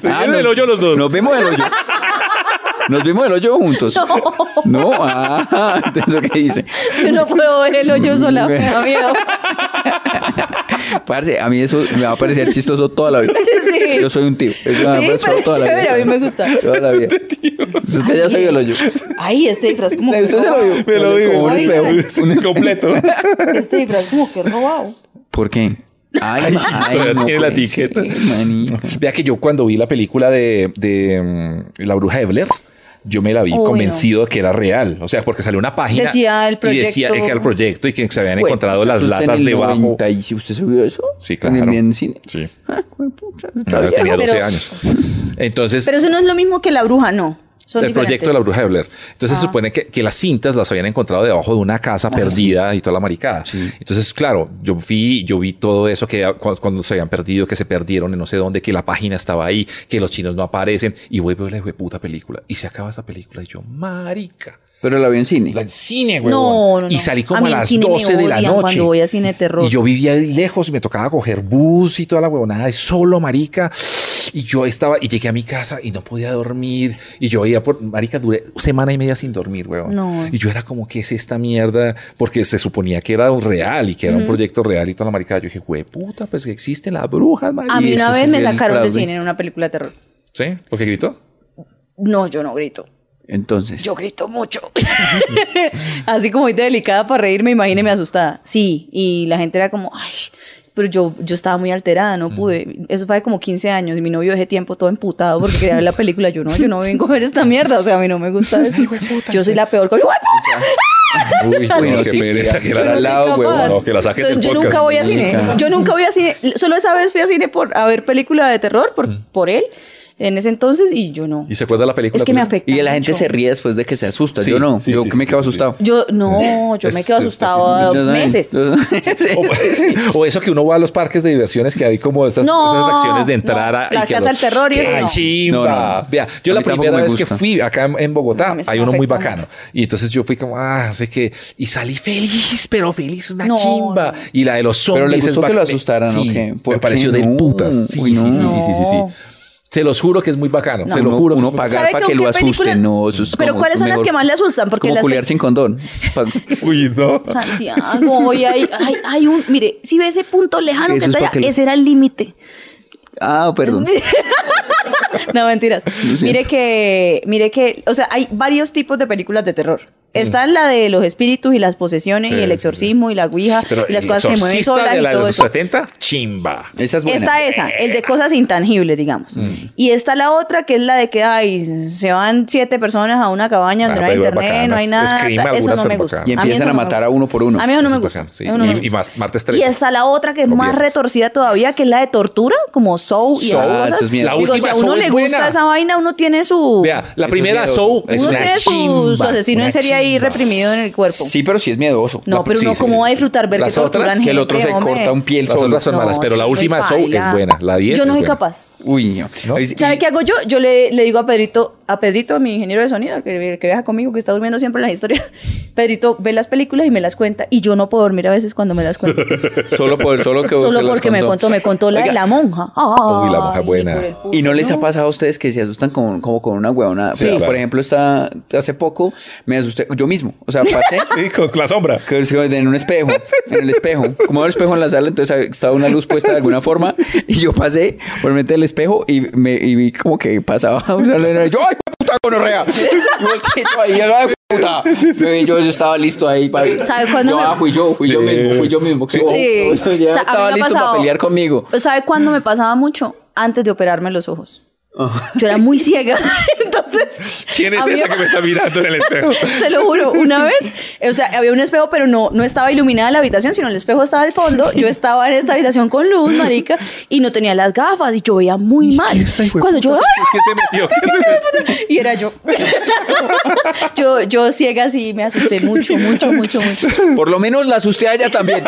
Speaker 1: vieron el hoyo los dos.
Speaker 2: Ah, Nos vimos el hoyo. Nos vimos el hoyo juntos. No, ah, entonces, ¿eso qué dice?
Speaker 3: Yo no puedo ver el hoyo sola, me da miedo.
Speaker 2: Parce, a mí eso me va a parecer chistoso toda la vida.
Speaker 3: Sí.
Speaker 2: Yo soy un tío. Eso
Speaker 3: Sí,
Speaker 2: me va a parecer
Speaker 3: pero es
Speaker 2: toda la vida.
Speaker 3: chévere, a mí me gusta.
Speaker 2: Toda la
Speaker 1: este
Speaker 2: vida. Usted ya se vio el hoyo.
Speaker 3: Ay, este disfraz como que
Speaker 2: Usted se lo vio.
Speaker 3: robado.
Speaker 1: Me lo vi,
Speaker 2: Como un
Speaker 1: me
Speaker 2: espejo.
Speaker 1: lo vi, completo.
Speaker 3: Este disfraz como que robado.
Speaker 2: ¿Por qué? Ay, ma- ay,
Speaker 1: todavía
Speaker 2: no
Speaker 1: tiene la
Speaker 2: puede ser,
Speaker 1: etiqueta.
Speaker 2: manica.
Speaker 1: Vea que yo cuando vi la película de, de, mm, La Bruja de Blair, yo me la vi
Speaker 3: Uy, no.
Speaker 1: convencido de que era real. O sea, porque salió una página
Speaker 3: Decía el
Speaker 1: y decía
Speaker 3: proyecto.
Speaker 1: que era el proyecto y que se habían
Speaker 2: Fue,
Speaker 1: encontrado las
Speaker 2: usted en
Speaker 1: latas
Speaker 2: el
Speaker 1: debajo.
Speaker 2: 90 ¿Y si usted se vio eso?
Speaker 1: Sí,
Speaker 2: ¿En el
Speaker 1: claro.
Speaker 2: bien cine?
Speaker 1: Sí.
Speaker 2: Ah, güey, pucha, está
Speaker 1: Claro,
Speaker 2: viejo.
Speaker 1: tenía 12
Speaker 3: Pero-
Speaker 1: años. Entonces,
Speaker 3: Pero eso no es lo mismo que la bruja, no. Son
Speaker 1: el proyecto de la bruja
Speaker 3: diferentes. Ah.
Speaker 1: de Blair. Entonces se supone que, que las cintas las habían encontrado debajo de una casa perdida y toda la maricada. Entonces, claro, yo vi, yo vi todo eso que cu- cuando, se habían perdido, que se perdieron en no sé dónde, que la página estaba ahí, que los chinos no aparecen. Y voy a ver la hijo de puta película. Y se acaba esta película y yo, marica.
Speaker 2: Pero la vi en cine.
Speaker 1: La en cine, güey.
Speaker 3: No, no, no.
Speaker 1: Y salí
Speaker 3: A
Speaker 1: como
Speaker 3: mí
Speaker 1: a,
Speaker 3: en
Speaker 1: las
Speaker 3: cine me
Speaker 1: 12 de la
Speaker 3: odian
Speaker 1: noche.
Speaker 3: cuando voy a cine de terror.
Speaker 1: Y yo vivía ahí lejos y me tocaba coger bus y toda la huevonada de solo, marica. Y yo estaba, y llegué a mi casa y no podía dormir. Y yo iba por, marica, duré semana y media sin dormir, huevón.
Speaker 3: No.
Speaker 1: Y yo era como, ¿qué es esta mierda? Porque se suponía que era un real y que era un proyecto real y toda la marica. Yo dije, güey, puta, pues que existen las brujas, marica.
Speaker 3: A mí una
Speaker 2: ese
Speaker 3: vez me
Speaker 2: sería el
Speaker 3: sacaron del
Speaker 2: fraude.
Speaker 3: cine en una película de terror.
Speaker 1: ¿Sí? ¿Por qué gritó?
Speaker 3: No, yo no grito.
Speaker 2: Entonces.
Speaker 3: Yo grito mucho. Así como muy delicada para reírme, imagíneme asustada. Sí, y la gente era como, ay, pero yo, yo estaba muy alterada,
Speaker 1: Mm.
Speaker 3: no pude. Eso fue hace como 15 años y mi novio ese tiempo todo emputado porque quería ver la película. Yo no, yo no vengo a ver esta mierda, o sea, a mí no me gusta eso. Yo soy la peor. con-
Speaker 1: Uy,
Speaker 2: Uy,
Speaker 1: no,
Speaker 2: no,
Speaker 1: qué
Speaker 2: sí,
Speaker 1: pereza
Speaker 2: que
Speaker 1: que la
Speaker 2: no
Speaker 1: al
Speaker 2: soy
Speaker 1: lado,
Speaker 3: capaz.
Speaker 1: huevón. No, que la saquen del
Speaker 3: Entonces, yo
Speaker 1: podcast.
Speaker 3: nunca voy a cine.
Speaker 2: Nunca.
Speaker 3: Yo nunca voy a cine. Solo esa vez fui a cine por a ver película de terror por, por él en ese entonces y yo no.
Speaker 1: Mm. ¿Y se acuerda la película?
Speaker 3: Es que me
Speaker 1: tuya?
Speaker 3: afecta.
Speaker 2: Y la gente
Speaker 3: mucho.
Speaker 2: se ríe después de que se asusta.
Speaker 1: Sí,
Speaker 2: yo no.
Speaker 1: sí,
Speaker 2: yo
Speaker 1: sí,
Speaker 2: que me
Speaker 1: sí,
Speaker 2: quedo
Speaker 1: sí,
Speaker 2: asustado.
Speaker 3: Yo no, yo me
Speaker 1: Es-
Speaker 3: quedo
Speaker 1: es- este,
Speaker 3: asustado
Speaker 2: Yo también.
Speaker 3: meses.
Speaker 1: Oh, O eso que uno va a los parques de diversiones que hay como esas,
Speaker 3: No,
Speaker 1: esas acciones de entrar
Speaker 3: no,
Speaker 1: a...
Speaker 3: la
Speaker 1: y que
Speaker 3: casa
Speaker 1: los-
Speaker 3: del terror y
Speaker 1: ¡Qué
Speaker 3: eso no.
Speaker 1: chimba!
Speaker 2: No, no.
Speaker 1: Vea, yo
Speaker 2: A
Speaker 1: la
Speaker 2: mí tampoco
Speaker 1: primera
Speaker 2: me
Speaker 1: vez que
Speaker 2: gusta.
Speaker 1: fui acá en, en Bogotá,
Speaker 3: No, eso
Speaker 1: hay
Speaker 3: me
Speaker 1: uno muy
Speaker 3: afecta
Speaker 1: bacano. Y entonces yo fui como, ah, sé que... Y salí feliz, pero feliz, una
Speaker 3: No,
Speaker 1: chimba.
Speaker 3: no.
Speaker 1: Y la de los zombies...
Speaker 2: Pero le
Speaker 1: es
Speaker 2: gustó
Speaker 1: bac-
Speaker 2: que lo asustaran,
Speaker 1: Sí,
Speaker 2: ¿o qué? ¿Por
Speaker 1: me
Speaker 2: qué
Speaker 1: pareció de
Speaker 2: no?
Speaker 1: putas. Sí,
Speaker 2: Uy,
Speaker 1: sí, sí,
Speaker 2: no.
Speaker 1: sí, sí, sí, sí.
Speaker 3: No.
Speaker 1: Se los juro que es muy bacano. Se lo
Speaker 2: uno-
Speaker 1: juro. que
Speaker 2: Uno,
Speaker 1: es muy
Speaker 2: pagar
Speaker 3: ¿Sabe
Speaker 2: para
Speaker 3: con
Speaker 2: que lo
Speaker 3: qué
Speaker 2: asuste.
Speaker 3: películas-
Speaker 2: No, eso es
Speaker 3: Pero
Speaker 2: como
Speaker 3: ¿cuáles son las
Speaker 2: mejor-
Speaker 3: que más le asustan? Porque
Speaker 2: como
Speaker 3: las
Speaker 2: culiar
Speaker 3: pe-
Speaker 2: sin condón. Pa-
Speaker 1: bacano. Uy, no.
Speaker 3: Santiago, hoy hay, hay, hay un, mire, si ve ese punto lejano
Speaker 2: Eso
Speaker 3: que
Speaker 2: es
Speaker 3: está allá,
Speaker 2: pa' que-
Speaker 3: ese era el límite.
Speaker 2: Ah, perdón.
Speaker 3: no, mentiras.
Speaker 2: siento.
Speaker 3: Mire que, mire que, o sea, hay varios tipos de películas de terror. Está la de los espíritus y las posesiones
Speaker 1: Sí,
Speaker 3: y el
Speaker 1: sí,
Speaker 3: exorcismo y la ouija
Speaker 1: Pero
Speaker 3: y las
Speaker 2: eh,
Speaker 1: el
Speaker 3: cosas que mueven
Speaker 1: exorcista
Speaker 3: solas
Speaker 1: de
Speaker 3: y
Speaker 1: la de
Speaker 3: todo
Speaker 1: los
Speaker 3: eso.
Speaker 1: 70, chimba.
Speaker 2: Esa es buena.
Speaker 3: Está esa, el de cosas intangibles, digamos.
Speaker 1: Mm.
Speaker 3: Y está la otra que es la de que ay, se van siete personas a una cabaña donde
Speaker 1: Ah,
Speaker 3: no hay
Speaker 1: pero
Speaker 3: internet, no hay
Speaker 1: bacanas.
Speaker 3: nada.
Speaker 1: Scream,
Speaker 3: ta- eso
Speaker 1: algunas,
Speaker 3: no
Speaker 1: pero
Speaker 3: me gusta.
Speaker 1: bacanas.
Speaker 2: Y
Speaker 3: mí
Speaker 2: empiezan
Speaker 3: eso
Speaker 2: a
Speaker 3: no me
Speaker 2: matar
Speaker 3: gusta.
Speaker 2: a uno por uno.
Speaker 3: A mí eso no
Speaker 1: Eso
Speaker 3: me
Speaker 1: es
Speaker 3: gusta.
Speaker 1: bacán, sí.
Speaker 3: eso no me
Speaker 1: Y-
Speaker 3: gusta.
Speaker 1: y más- martes 13.
Speaker 3: Y está la otra que es
Speaker 1: Los
Speaker 3: más
Speaker 1: viernes.
Speaker 3: retorcida todavía, que es la de tortura, como Soul y
Speaker 1: Saw.
Speaker 3: esas
Speaker 1: Ah,
Speaker 3: cosas.
Speaker 2: eso es miedo. La
Speaker 3: Digo, si
Speaker 1: última
Speaker 3: a
Speaker 1: Saw
Speaker 3: uno
Speaker 1: es
Speaker 3: le
Speaker 1: buena.
Speaker 3: gusta esa vaina, uno tiene su...
Speaker 1: Vea, la
Speaker 2: Eso
Speaker 1: primera
Speaker 2: es
Speaker 1: Soul
Speaker 2: miedoso.
Speaker 1: es
Speaker 3: uno
Speaker 1: una
Speaker 3: tiene su, su
Speaker 1: chimba,
Speaker 3: asesino en
Speaker 1: una
Speaker 3: serie ahí
Speaker 1: chimba.
Speaker 3: reprimido en el cuerpo.
Speaker 2: Sí, pero sí es miedoso.
Speaker 3: No,
Speaker 2: La-
Speaker 3: pero
Speaker 2: sí,
Speaker 3: uno
Speaker 2: sí,
Speaker 3: cómo
Speaker 2: sí,
Speaker 3: va a
Speaker 2: sí.
Speaker 3: disfrutar ver que
Speaker 1: Las otras,
Speaker 3: torturan gente,
Speaker 2: que el otro se
Speaker 3: hombre?
Speaker 2: corta un pie el
Speaker 1: Las
Speaker 2: solo.
Speaker 1: otras son
Speaker 3: No,
Speaker 1: malas, pero la
Speaker 3: soy
Speaker 1: última Soul es
Speaker 3: paila.
Speaker 1: buena. La 10
Speaker 3: Yo no
Speaker 1: es
Speaker 3: soy
Speaker 1: buena.
Speaker 3: capaz.
Speaker 2: Uy, no.
Speaker 1: ¿No?
Speaker 2: Ay, sí,
Speaker 3: ¿Sabe
Speaker 2: y-
Speaker 3: qué hago yo? Yo le, le digo a Pedrito, a Pedrito, mi ingeniero de sonido, el que, el que viaja conmigo, que está durmiendo siempre en las historias. Pedrito ve las películas y me las cuenta. Y yo no puedo dormir a veces cuando me las cuenta.
Speaker 2: Solo por solo que
Speaker 3: Solo
Speaker 2: se las
Speaker 3: porque me contó, me contó la de
Speaker 2: Oiga,
Speaker 3: la monja.
Speaker 1: la monja
Speaker 3: Ay,
Speaker 1: buena.
Speaker 3: por el puto,
Speaker 2: Y no les ha
Speaker 3: ¿no?
Speaker 2: pasado a ustedes que se asustan con, como con una huevonada.
Speaker 1: Sí,
Speaker 2: O sea,
Speaker 1: claro.
Speaker 2: Por ejemplo, está, hace poco me asusté yo mismo. O sea, pasé
Speaker 1: Sí, con la sombra.
Speaker 2: que- en un espejo. En el espejo. Como había un espejo en la sala, entonces estaba una luz puesta de alguna forma. Y yo pasé por frente del espejo y me y vi como que pasaba. O sea, era yo, ¡ay, puta gonorrea! Y volteé yo ahí, ¡ay, puta! Me- Yo, yo estaba listo ahí. Para,
Speaker 3: ¿Sabe cuándo
Speaker 2: Yo,
Speaker 3: me-
Speaker 2: ah, fui yo, fui yo
Speaker 1: Sí.
Speaker 2: mismo, fui yo mismo.
Speaker 1: Sí.
Speaker 2: Yo-
Speaker 3: Sí.
Speaker 2: yo Oh, ya
Speaker 3: O sea, a mí me
Speaker 2: estaba
Speaker 3: ha
Speaker 2: listo
Speaker 3: pasado-
Speaker 2: para pelear conmigo.
Speaker 3: ¿Sabe cuándo me pasaba mucho? Antes de operarme los ojos.
Speaker 2: Ah.
Speaker 3: Yo era muy ciega. Entonces.
Speaker 1: ¿Quién es
Speaker 3: a mí
Speaker 1: esa que me está mirando en el espejo?
Speaker 3: Se lo juro, una vez, o sea, había un espejo, pero no, no estaba iluminada la habitación, sino el espejo estaba al fondo. Yo estaba en esta habitación con luz, marica, y no tenía las gafas y yo veía muy mal. Cuando yo, ¡ay!
Speaker 1: ¿Qué se metió? ¿Qué se metió?
Speaker 3: y era yo. yo, yo ciega sí me asusté mucho, mucho, mucho, mucho.
Speaker 2: Por lo menos la asusté a ella también.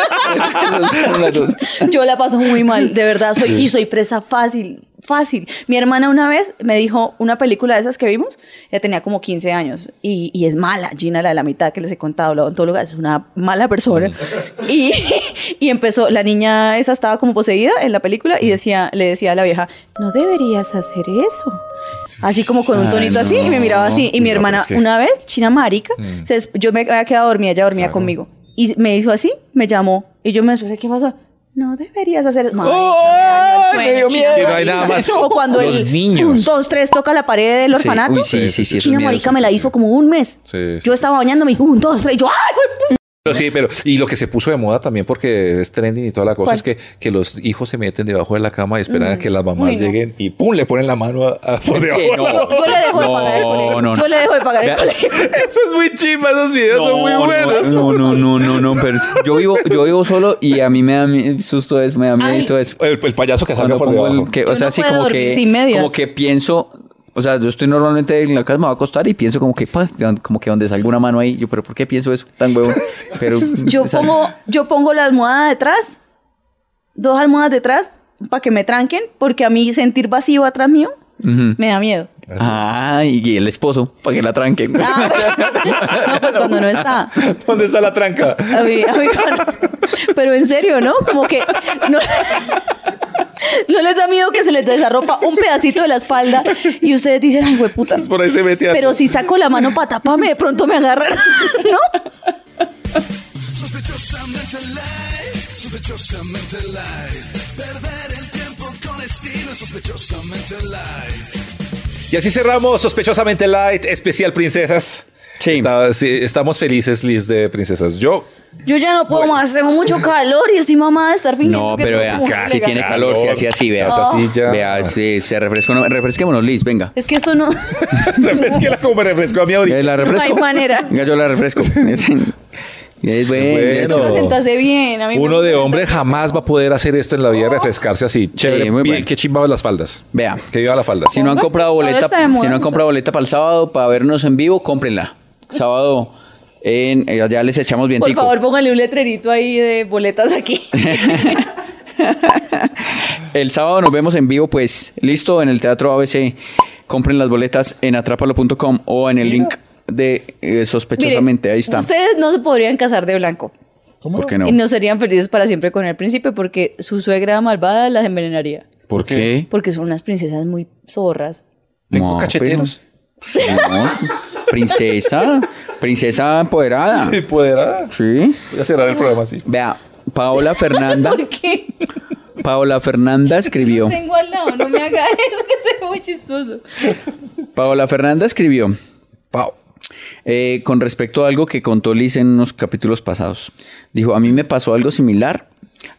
Speaker 2: Esas son las dos.
Speaker 3: Yo la paso muy mal, de verdad, soy, y soy presa fácil, fácil. Mi hermana una vez me dijo una película de esas que vimos, ella tenía como 15 años, y, y es mala, Gina, la de la mitad que les he contado, la odontóloga, es una mala persona.
Speaker 2: Mm.
Speaker 3: Y, y empezó, la niña esa estaba como poseída en la película y decía, le decía a la vieja, no deberías hacer eso. Así como con un
Speaker 2: Ay,
Speaker 3: tonito así, y me
Speaker 2: no.
Speaker 3: miraba así, y mi
Speaker 1: No,
Speaker 3: hermana
Speaker 1: pues que-
Speaker 3: una vez, china marica,
Speaker 2: Mm.
Speaker 3: se des- yo me había quedado dormida, ella dormía
Speaker 1: Claro.
Speaker 3: conmigo. Y me hizo así, me llamó. Y yo me desperté, ¿qué pasó? No deberías hacer eso. Marica,
Speaker 2: ¡Oh!
Speaker 3: me dañó el
Speaker 2: Me dio
Speaker 3: sueño,
Speaker 2: miedo.
Speaker 1: Que no hay nada más.
Speaker 3: O cuando
Speaker 1: Los
Speaker 3: el
Speaker 1: niños.
Speaker 3: un, dos, tres toca la pared del
Speaker 2: Sí,
Speaker 3: orfanato.
Speaker 2: uy, sí, sí, sí, eso
Speaker 3: China
Speaker 2: es miedo,
Speaker 3: marica
Speaker 2: sí,
Speaker 3: me la
Speaker 2: sí,
Speaker 3: hizo como un mes.
Speaker 1: Sí, sí,
Speaker 3: yo estaba bañándome y un, dos, tres. y yo, ¡ay!
Speaker 1: Pero sí, pero y lo que se puso de moda también porque es trending y toda la cosa es que, que los hijos se meten debajo de la cama y esperan a que las mamás
Speaker 3: Uy, no.
Speaker 1: lleguen y pum le ponen la mano a- a- por debajo. de la
Speaker 2: Eh, No.
Speaker 1: mano.
Speaker 2: No,
Speaker 3: Yo le dejo de pagar el
Speaker 2: no, no.
Speaker 3: colegio. Yo le dejo de pagar el
Speaker 2: Vea-
Speaker 3: colegio.
Speaker 1: Eso es muy chimba, esos videos son muy buenos.
Speaker 2: No, no, no, no, no, pero yo vivo, yo vivo solo y a mí me da mi- susto eso, me da miedo
Speaker 3: Ay.
Speaker 2: todo eso.
Speaker 1: El, el payaso que salga
Speaker 2: Cuando
Speaker 1: por
Speaker 2: pongo
Speaker 1: debajo.
Speaker 2: el que,
Speaker 3: Yo
Speaker 2: o sea,
Speaker 3: no
Speaker 2: así
Speaker 3: puedo
Speaker 2: como
Speaker 3: dormir
Speaker 2: que,
Speaker 3: sin medias.
Speaker 2: como que pienso, O sea, yo estoy normalmente en la casa, me va a acostar y pienso como que, pa, como que donde salga una mano ahí. Yo, pero ¿por qué pienso eso tan huevo? Pero,
Speaker 3: Yo
Speaker 2: me sale.
Speaker 3: pongo, yo pongo la almohada detrás, dos almohadas detrás, para que me tranquen, porque a mí sentir vacío atrás mío
Speaker 2: Ujú.
Speaker 3: me da miedo.
Speaker 2: Ah, y el esposo, para que la tranquen.
Speaker 3: Ah, no, pues cuando no está.
Speaker 1: ¿Dónde está la tranca?
Speaker 3: A mí- a mí- pero en serio, ¿no? Como que no, no les da miedo que se les desarropa un pedacito de la espalda y ustedes dicen, ay, putas.
Speaker 1: Por ahí se mete a-
Speaker 3: Pero si saco la mano para taparme, de pronto me agarran, ¿no?
Speaker 4: Sospechosamente light, sospechosamente light. Perder el tiempo con estilo, sospechosamente light.
Speaker 1: Y así cerramos Sospechosamente Light, especial Princesas.
Speaker 2: Sí.
Speaker 1: Está- sí, estamos felices, Liz, de Princesas. Yo,
Speaker 3: Yo ya no puedo más, tengo mucho calor y estoy mamada de estar fingiendo
Speaker 2: No,
Speaker 3: que
Speaker 2: pero
Speaker 3: soy
Speaker 2: vea,
Speaker 3: como una
Speaker 2: si
Speaker 3: elegante.
Speaker 2: tiene calor, si así, así, vea.
Speaker 1: Si hace así, ya.
Speaker 2: Vea, sí, se refrescó. no, refresquémonos, Liz, venga.
Speaker 3: Es que esto no,
Speaker 1: refresquela como me refrescó a mí ahorita.
Speaker 2: Eh, ¿La
Speaker 3: no
Speaker 2: refresco?
Speaker 3: hay manera.
Speaker 2: Venga, yo la refresco. Y es bueno,
Speaker 1: Bueno.
Speaker 2: ya estuvo.
Speaker 3: Sentarse bien, a mí me
Speaker 1: Uno
Speaker 3: gusta
Speaker 1: de
Speaker 3: sentarse
Speaker 1: hombre jamás va a poder hacer esto en la vida, refrescarse así. Chévere,
Speaker 2: muy
Speaker 1: bien,
Speaker 2: bueno.
Speaker 1: qué chimba las faldas.
Speaker 2: Vea.
Speaker 1: Que viva la falda.
Speaker 2: Si no han
Speaker 3: Póngase,
Speaker 2: comprado
Speaker 3: ahora
Speaker 2: boleta,
Speaker 3: está de
Speaker 2: si
Speaker 3: moda.
Speaker 2: no han comprado boleta para el sábado para vernos en vivo, cómprenla. Sábado en eh, ya les echamos bien
Speaker 3: Por favor, póngale un letrerito ahí de boletas aquí.
Speaker 2: El sábado nos vemos en vivo, pues listo, en el Teatro ABC. Compren las boletas en atrapalo.com o en el link de eh, sospechosamente.
Speaker 3: Miren,
Speaker 2: Ahí está.
Speaker 3: Ustedes no se podrían casar de blanco.
Speaker 2: ¿Por qué no?
Speaker 3: Y no serían felices para siempre con el príncipe porque su suegra malvada las envenenaría.
Speaker 2: ¿Por qué?
Speaker 3: Porque son unas princesas muy zorras.
Speaker 1: Tengo
Speaker 2: No,
Speaker 1: cacheteros.
Speaker 2: pero- no, princesa, princesa empoderada.
Speaker 1: Si pudiera,
Speaker 2: Sí.
Speaker 1: voy a cerrar el programa así.
Speaker 2: Vea, Paola Fernanda,
Speaker 3: ¿Por qué?
Speaker 2: Paola Fernanda escribió.
Speaker 3: Tengo al lado, no me haga eso, que soy muy chistoso.
Speaker 2: Paola Fernanda escribió.
Speaker 1: Pau.
Speaker 2: Eh, con respecto a algo que contó Liz en unos capítulos pasados. Dijo, a mí me pasó algo similar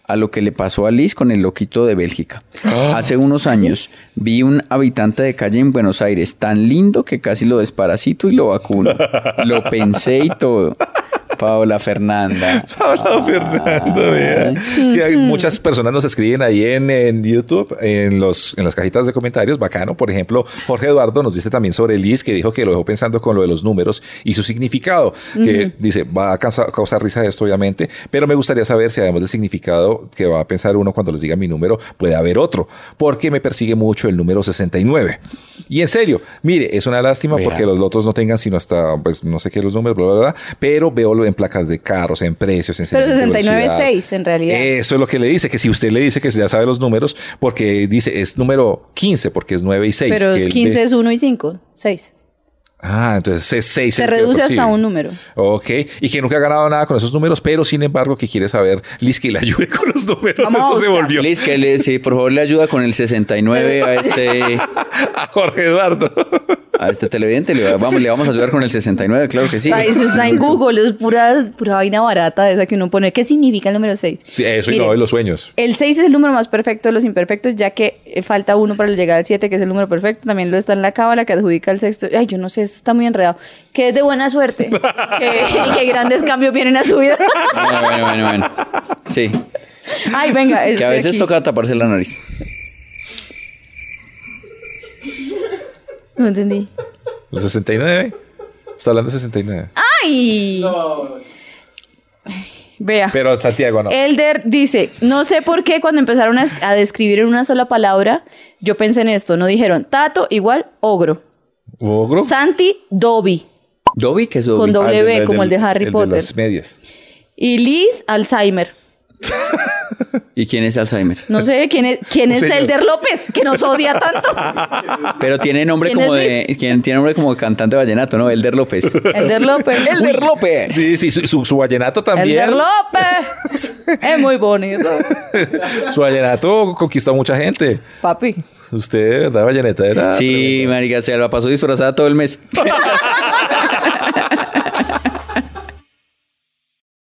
Speaker 2: a lo que le pasó a Liz con el loquito de Bélgica.
Speaker 1: Ah.
Speaker 2: Hace unos años vi un habitante de calle en Buenos Aires tan lindo que casi lo desparasito y lo vacuno. lo pensé y todo. Paola Fernanda.
Speaker 1: Paola Fernanda, vea. Es que hay muchas personas nos escriben ahí en, en YouTube, en, los, en las cajitas de comentarios, bacano. Por ejemplo, Jorge Eduardo nos dice también sobre Liz, que dijo que lo dejó pensando con lo de los números y su significado, que dice, va a causa- causar risa esto, obviamente, pero me gustaría saber si además del significado que va a pensar uno cuando les diga mi número, puede haber otro, porque me persigue mucho el número 69. Y en serio, mire, es una lástima
Speaker 2: Vea.
Speaker 1: porque los lotos no tengan sino hasta, pues, no sé qué los números, bla, bla, bla, pero veo lo en placas de carros, en precios, en
Speaker 3: Pero
Speaker 1: señales de
Speaker 3: 69.6
Speaker 1: velocidad.
Speaker 3: en realidad.
Speaker 1: Eso es lo que le dice, que si usted le dice que ya sabe los números, porque dice es número 15, porque es 9 y 6.
Speaker 3: Pero
Speaker 1: que él
Speaker 3: 15
Speaker 1: ve-
Speaker 3: es 1 y 5, 6.
Speaker 1: Ah, entonces es 6.
Speaker 3: Se reduce hasta un número.
Speaker 1: Ok, y que nunca ha ganado nada con esos números, pero sin embargo que quiere saber, Liz, que le ayude con los números.
Speaker 3: Vamos a
Speaker 1: Esto se
Speaker 3: buscar.
Speaker 1: volvió
Speaker 2: Liz, que le, sí, por favor le ayuda con el 69 a este,
Speaker 1: a Jorge Eduardo.
Speaker 2: a este televidente. Le, vamos, le vamos a ayudar con el 69, claro que sí.
Speaker 3: Ay, Eso está en Google, es pura, pura vaina barata esa que uno pone. ¿Qué significa el número 6?
Speaker 1: Sí, eso y no, y los sueños.
Speaker 3: El 6 es el número más perfecto de los imperfectos, ya que eh, falta uno para llegar al 7, que es el número perfecto. También lo está en la cábala, que adjudica el sexto. Ay, yo no sé, esto está muy enredado. Que es de buena suerte. que, y que grandes cambios vienen a su vida.
Speaker 2: Bueno, bueno, bueno, bueno. Sí,
Speaker 3: Ay, venga.
Speaker 2: que a
Speaker 3: estoy
Speaker 2: veces
Speaker 3: aquí.
Speaker 2: toca taparse la nariz.
Speaker 3: No entendí.
Speaker 1: El 69. Está hablando de 69.
Speaker 3: Ah. ¡Ay! Vea.
Speaker 1: Pero Santiago no.
Speaker 3: Elder dice, no sé por qué cuando empezaron a, es- a describir en una sola palabra, yo pensé en esto, no dijeron tato igual ogro.
Speaker 1: ¿Ogro?
Speaker 2: Uh.
Speaker 3: Santi Dobby
Speaker 2: Dobby, que es Dobby.
Speaker 3: Con
Speaker 1: Ah,
Speaker 3: W,
Speaker 1: del-
Speaker 3: como el de Harry Potter.
Speaker 1: las medias.
Speaker 3: y Liz Alzheimer.
Speaker 2: Ah, ¿Y quién es Alzheimer?
Speaker 3: No sé quién es, quién es
Speaker 1: señor.
Speaker 3: Elder López, que nos odia tanto.
Speaker 2: Pero tiene nombre
Speaker 3: ¿Quién
Speaker 2: como
Speaker 3: es
Speaker 2: de. ¿quién, tiene nombre como de cantante vallenato, ¿no? Elder López.
Speaker 3: Elder López.
Speaker 2: ¡Elder López!
Speaker 1: Sí, sí, su, su, su vallenato también.
Speaker 3: Elder López. Es muy bonito.
Speaker 1: Su vallenato conquistó a mucha gente.
Speaker 3: Papi.
Speaker 1: Usted, de ¿verdad, Ah, valleneta? Era
Speaker 2: Sí, marica, se la pasó disfrazada todo el mes.